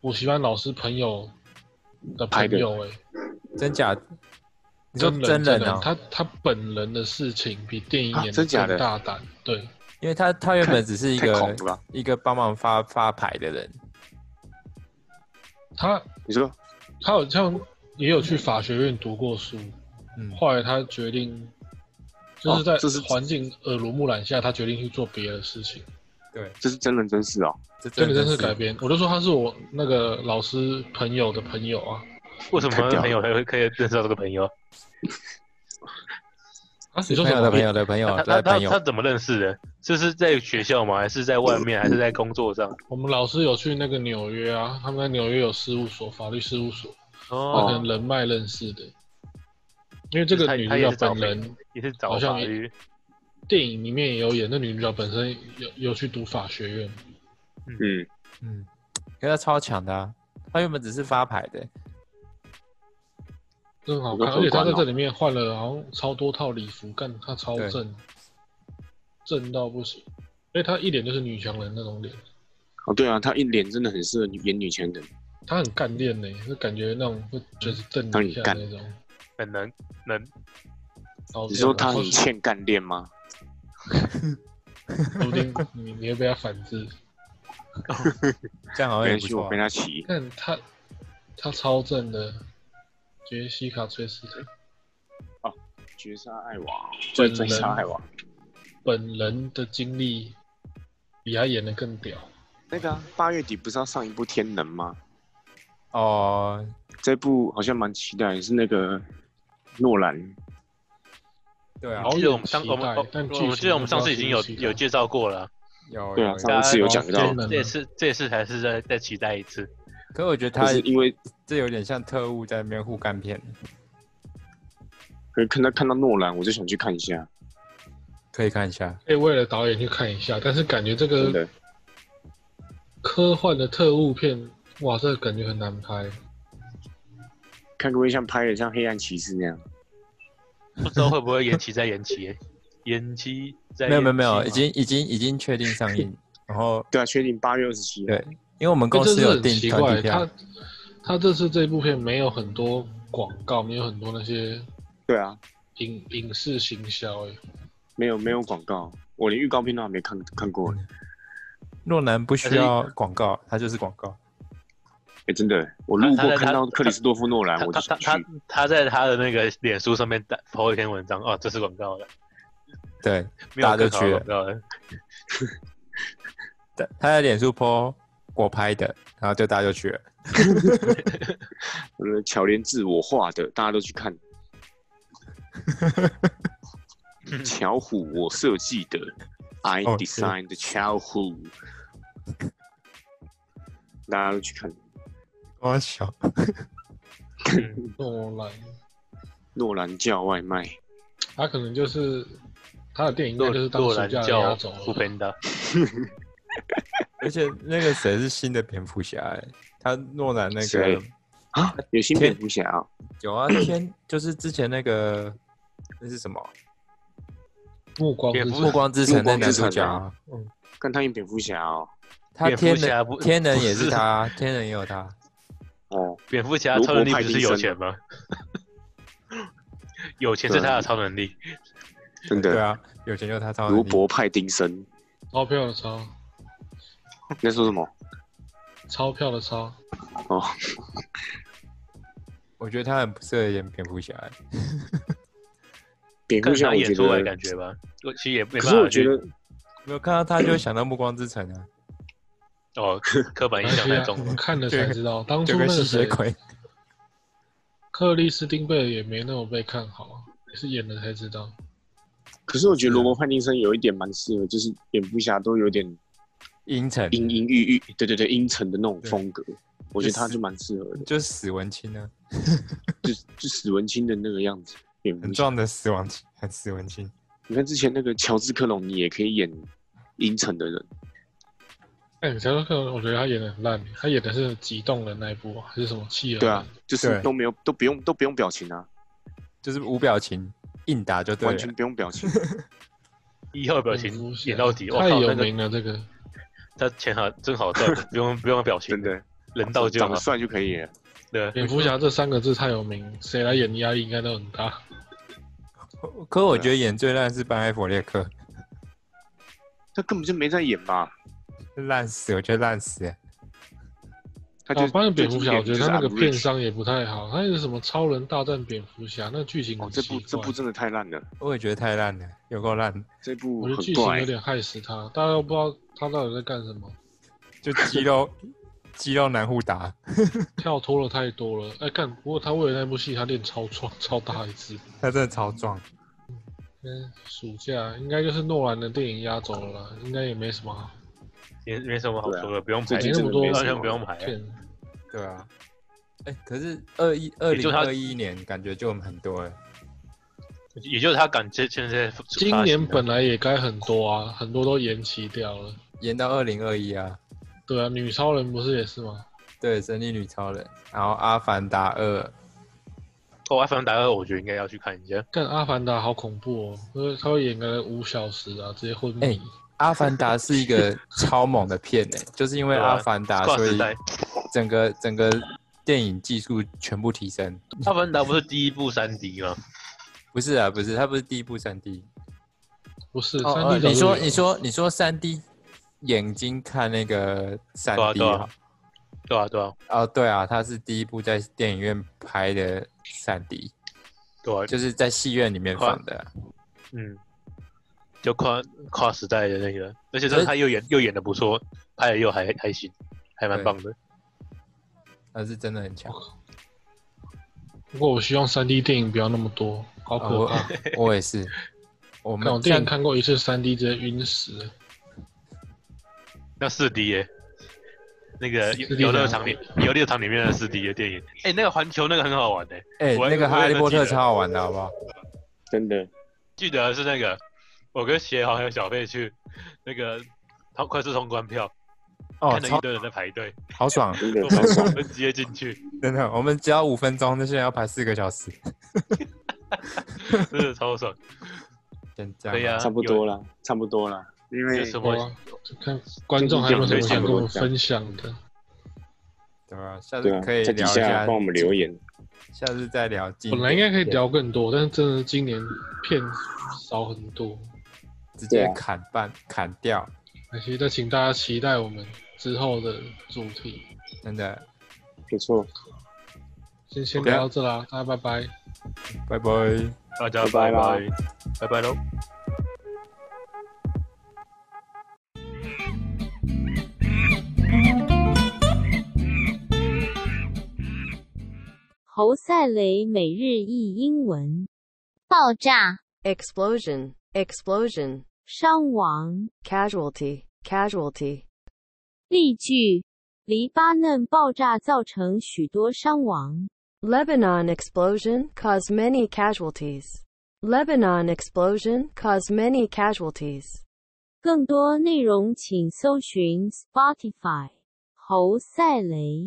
S1: 补习班老师朋友的
S2: 拍
S1: 朋
S2: 的
S1: 友哎、
S3: 王真假？你说
S1: 真
S3: 真人啊？
S1: 他他本人的事情比电影
S2: 啊
S1: 演
S2: 真假
S1: 更
S2: 的
S1: 大胆，对，
S3: 因为他他原本只是一
S2: 太恐
S3: 个
S2: 怖了！
S3: 一个帮忙发发牌的人，
S1: 他
S2: 你说
S1: 他好像也有去法学院读过书，
S3: 嗯，
S1: 后来他决定就是
S2: 哦
S1: 在
S2: 这是
S1: 环境耳濡目染下，他决定去做别的事情。
S3: 对，
S2: 这是真人真事哦？
S3: 这
S1: 这
S3: 真
S1: 个真
S3: 的
S1: 是改编，我就说他是我那个老师朋友的朋友啊，
S4: 为什么
S2: 太屌了
S4: 朋友还会可以认识到这个朋友？
S1: 啊你
S3: 是
S1: 说
S3: 朋
S1: 什
S3: 友
S1: 么
S3: 的朋？友的朋友
S4: 啊他
S3: 的
S4: 他他
S3: 啊朋友
S4: 他，怎么认识的？就是在学校吗？还是在外面？还是在工作上？
S1: 我们老师有去那个纽约啊，他们在纽约有事务所，法律事务所，他可
S4: 哦
S1: 能，人脉认识的。因为这个
S4: 他
S1: 女
S4: 他
S1: 主
S4: 也
S1: 角
S4: 是找
S1: 本
S4: 朋
S1: 人，
S4: 也是找
S1: 好像
S4: 法律。
S1: 电影里面也有演，那女主角本身有有去读法学院，
S2: 嗯，
S3: 嗯，因为他超强的啊，他原本只是发牌的，欸
S1: 真好
S2: 有个
S1: 看。
S2: 荷
S1: 而且她
S2: 官
S1: 在
S2: 哦
S1: 这里面换了好像超多套礼服，干她超
S3: 对
S1: 正，正到不行。因为她一脸就是女强人那种脸，
S2: 哦对啊，她一脸真的很适合演女强人，
S3: 哦
S1: 她很干练呢，就感觉那种会就是瞪
S2: 她
S1: 你
S2: 很
S1: 一下
S2: 干
S1: 那种。
S4: 很能能，
S1: 然后
S2: 你说
S1: 这样
S2: 她
S3: 啊
S2: 很
S1: 然后
S2: 欠干练吗？
S1: 说不定你 你会被她反制。
S3: 这样好像
S2: 没关
S3: 也不
S2: 系，
S3: 错
S2: 我
S3: 啊
S2: 跟。她骑。
S1: 看她，她超正的，杰西卡·崔斯坦
S2: 绝杀爱娃，
S1: 本
S2: 追追杀爱娃，
S1: 本人的经历比她演的更屌。
S2: 那个啊八、月底不是要上一部《天能》吗？
S3: 哦，
S2: 这部好像蛮期待，是那个诺兰，
S3: 对啊
S1: 好，
S4: 记得我们上
S1: 期
S4: 我们
S1: 待
S4: 哦
S1: 但
S4: 我
S1: 剧
S4: 们记
S1: 情
S4: 得我们上次已经有
S1: 不知道是不是
S4: 有介绍过了啊，
S3: 有
S2: 对啊
S3: 哦有
S2: 上
S3: 有，
S2: 次有讲
S4: 大
S2: 到
S3: 啊
S4: 家，这次这次还是在再期待一次。
S3: 可我觉得
S2: 可
S3: 他
S2: 是因为
S3: 这有点像特务在那边互干片，
S2: 可能看到看到诺兰，我就想去看一下，
S3: 可以看一下。
S1: 可以为了导演去看一下，但是感觉这
S2: 真
S1: 个
S2: 的。
S1: 科幻的特务片，哇，这个感觉很难拍。
S2: 看个微像拍的像黑暗骑士那样，
S4: 不知道会不会延期再延期，延期再
S3: 没有没有
S4: 延期
S3: 没有，
S4: 吗
S3: 已经已经已经确定上 映，然后
S2: 对啊，确定八月二十七。啊
S3: 对，因为我们公司
S1: 这是
S3: 有
S1: 很
S3: 订
S1: 奇
S3: 团
S1: 怪，
S3: 体票
S1: 他，他这次这部片没有很多广告，没有很多那些
S2: 对啊，
S1: 影影视行销，哎，
S2: 没有没有广告，我连预告片都还没看看过。哎、
S3: 诺兰不需要广告，他就是广告。
S2: 哎真的，我路
S4: 他他
S2: 过
S4: 在
S2: 看到
S4: 他
S2: 克里斯多夫诺兰
S4: 他，
S2: 我就
S4: 他他
S2: 想去。
S4: 他他在他的那个脸书上面打抛一篇文章，哦，这是广告了，
S3: 对，
S4: 没有
S3: 打就
S4: 更好的
S3: 去了
S4: 广告了。
S3: 他他在脸书 po 我拍的，然后就大家就去了。
S2: 呃，巧莲自我画的，大家都去看。巧虎，我设计的，I
S3: 哦
S2: design 的巧虎，大家都去看。
S3: 我小，
S4: 嗯
S1: 诺兰，
S2: 诺兰叫外卖，
S1: 他可能就是他的电影，应
S4: 诺
S1: 该就是当
S4: 诺
S1: 暑
S4: 兰
S1: 假的
S4: 叫
S1: 压轴了
S4: 富 Panda，
S3: 而且那个谁是新的蝙蝠侠、欸，他诺兰那个
S2: 谁啊，有新蝙蝠侠啊，
S3: 有啊，天就是之前那个那是什么
S1: 目光之
S4: 蝙
S3: 《
S4: 蝠
S1: 城
S3: 暮光之城》
S2: 暮
S3: 那
S2: 光
S3: 男
S2: 之
S3: 主
S2: 城
S3: 角、
S2: 啊
S3: 啊，
S2: 看他演蝙蝠侠哦，
S3: 他
S4: 蝙蝠
S3: 天
S4: 侠
S3: 人
S4: 不
S3: 天人
S4: 不
S3: 也是
S4: 是
S3: 他啊，天人也有他，
S2: 哦，
S4: 蝙蝠侠
S2: 罗
S4: 超能力
S2: 伯
S4: 不
S2: 派
S4: 是
S2: 丁
S4: 有
S2: 森
S4: 钱吗？ 有钱是他的超能力，
S2: 真
S3: 对
S2: 的，
S3: 啊，有钱就他超能
S2: 罗
S3: 力
S2: 伯派丁森，
S1: 钞票的钞，
S2: 你在说什么？
S1: 钞票的钞，
S2: 哦，
S3: 我觉得他很不适合演蝙蝠侠、欸，
S2: 蝙
S4: 看
S2: 蝠
S4: 他
S2: 侠我
S4: 演
S2: 觉
S4: 出来
S2: 得，
S4: 感觉吧。我其实也没
S2: 可
S4: 办
S2: 是
S4: 法
S2: 我觉
S4: 去
S2: 得
S3: 没有看到他就会想到《暮光之城》啊，
S4: 哦， 刻板印象太重
S1: 我
S4: 了
S1: 们。看了才知道，当初
S3: 就
S1: 那
S3: 跟
S1: 个
S3: 吸血
S1: 谁，
S3: 鬼，
S1: 克里斯汀贝尔也没那么被看好啊，也是演了才知道。
S2: 可是我觉得罗伯·派丁森有一点蛮适合，就是蝙蝠侠都有点
S3: 阴沉，
S2: 阴阴郁郁，对对对，阴沉的那种
S3: 对
S2: 风格，我觉得他
S3: 就是
S2: 就蛮适合的，
S3: 就是死文青啊，
S2: 就就史文清的那个样子。蝙蝠
S3: 很
S2: 侠，
S3: 壮的死亡青，很死文青。
S2: 你看之前那个乔治·克隆尼也可以演阴沉的人，
S1: 哎，你才说克，我觉得他演的很烂，他演的是激动的那一部啊还是什么企鹅？
S2: 对啊，，就是
S3: 对
S2: 都没有都不用都不用表情啊，
S3: 就是无表情硬打就对
S2: 完全
S3: 了。
S2: 不用表情，
S4: 一号表
S1: 蝙
S4: 情
S1: 蝠侠
S4: 演到底，我
S1: 啊太
S4: 靠，
S1: 有
S4: 那个
S1: 名了这个。
S4: 他钱好真好赚，不用不用表情
S2: 真，的，
S4: 人到就
S2: 长
S4: 好
S2: 得。帅就可以了。
S4: 对，啊
S1: 蝙蝠侠这三个字太有名，谁来演压力应该都很大。
S3: 可
S2: 啊
S3: 我觉得演最烂是班艾弗列克，
S2: 他根本就没在演吧？
S3: 烂死，我觉得烂死。欸
S2: 他就
S1: 我发现哦蝙蝠侠，我
S2: 就
S1: 觉
S2: 是
S1: 得他那个
S2: average
S1: 片商也不太好，他那个什么超人大战蝙蝠侠，那剧情
S2: 哦
S1: 很，
S2: 这
S1: 奇
S2: 部
S1: 怪。
S2: 这部真的太烂了，
S3: 我也觉得太烂了，有够烂，
S2: 这部
S1: 我觉得
S2: 很
S1: 剧情
S2: 怪
S1: 有，点害死他，大家都不知道他到底在干什么，
S3: 就肌肉肌肉男互打，
S1: 跳脱了太多了。哎，干，不过他为了那部戏，他练超壮，超大一只。
S3: 他真的超壮。
S1: 嗯，暑假应该就是诺兰的电影压轴了啦，应该也没什么好
S4: 没没什么好
S2: 对啊
S4: 说的，不用排
S2: 最，近
S1: 没那
S2: 真
S1: 么
S2: 的
S1: 多
S2: 没
S4: 完
S2: 什
S4: 全不
S2: 么
S4: 用排。
S1: 片。
S3: 对啊，哎、可是二一二
S4: 也就
S3: 零
S4: 他
S3: 二一年感觉就很多了，
S4: 也就是他敢接现在
S1: 今年本来也该很多啊，很多都延期掉了。
S3: 延到二零二一啊。
S1: 对啊，女超人不是也是吗？
S3: 对，神力女超人，然后阿凡达二，
S4: 哦，《阿凡达二》我觉得应该要去看一下。
S1: 干《阿凡达》好恐怖哦，因为他会演个五小时啊，直接昏迷。
S3: 哎阿凡达是一个超猛的片诶、就是因为
S4: 对啊
S3: 阿凡达，
S4: 跨
S3: 所
S4: 时
S3: 以
S4: 代，
S3: 整个整个电影技术全部提升。
S1: 嗯
S4: 《 阿凡达》不是第一部三 D 吗？
S3: 不是啊，不是，它不是第一部三 D。
S1: 不是，三
S3: 哦
S1: D、啊
S3: 哦你说你说你说三 D 眼睛看那个三
S4: 对啊
S3: D
S4: 对啊对啊，对啊，
S3: 哦，对啊，它是第一部在电影院拍的三 D，
S4: 对啊，就
S3: 就是在戏院里面放的啊、
S4: 嗯，就跨跨时代的那个，而
S3: 可
S4: 且真
S3: 是
S4: 的他又演又演的不错，拍的又还还行，还蛮
S3: 对
S4: 棒的。
S3: 它是真的很强。
S1: 不过我希望三 D 电影不要那么多，好
S3: 啊
S1: 可
S3: 我
S1: 怕。
S3: 我也是，我
S1: 看我
S3: 们
S1: 电影
S3: 像
S1: 看过一次三 D，直接晕死。
S4: 那四 D 耶，那个游
S1: 4D
S4: 游乐场里游乐场里面的四 D 的电影，哎、那个环球那个很好玩的、
S3: 哎、
S4: 我还
S3: 那个
S4: 我还
S3: 哈利
S4: 能
S3: 波
S4: 记
S3: 特
S4: 得
S3: 超好玩的，好不好？
S2: 真 的。
S4: 记得是那个我跟协豪还有小费去那个通快速通关票，
S3: 哦，
S4: 看了一
S3: 超
S4: 堆人在排队，
S3: 好爽，
S2: 真
S4: 我
S2: 的超
S4: 们我
S2: 爽，
S4: 们直接进去，
S3: 真的，我们只要五分钟，那现在要排四个小时，
S4: 真的超 爽。
S3: 先这样吧。
S4: 对呀、
S2: 差不多
S4: 了。
S2: 啦，差不多啦。因
S4: 有
S2: 为
S4: 什
S1: 好
S4: 么
S1: 啊，看观众还有没有什么想跟我们分享的？
S3: 对吧？下
S2: 对
S3: 次
S2: 啊，
S3: 可以
S2: 在底
S3: 聊一
S2: 下
S3: 下，
S2: 帮我们留言。
S3: 下次再聊经
S1: 本
S3: 典。
S1: 来应该可以聊更多，但是真的今年片少很多，
S3: 直
S2: 对
S3: 接
S2: 啊
S3: 砍半砍掉，
S1: 而且再请大家期待我们之后的主题。
S3: 真的，
S2: 没错，
S1: 先先
S3: OK 啊
S1: 聊到这啦，大家拜拜。
S3: 拜拜。
S4: 大家
S2: 拜拜
S4: 拜
S2: 啦
S4: 拜，拜拜喽。
S5: 侯赛雷每日一英文，爆炸、
S6: explosion, explosion,
S5: 伤亡。
S6: casualty, casualty,
S5: 例句：黎巴嫩爆炸造成许多伤亡。
S6: Lebanon explosion caused many casualties. Lebanon explosion caused many casualties.
S5: 更多内容请搜寻 Spotify 侯赛雷。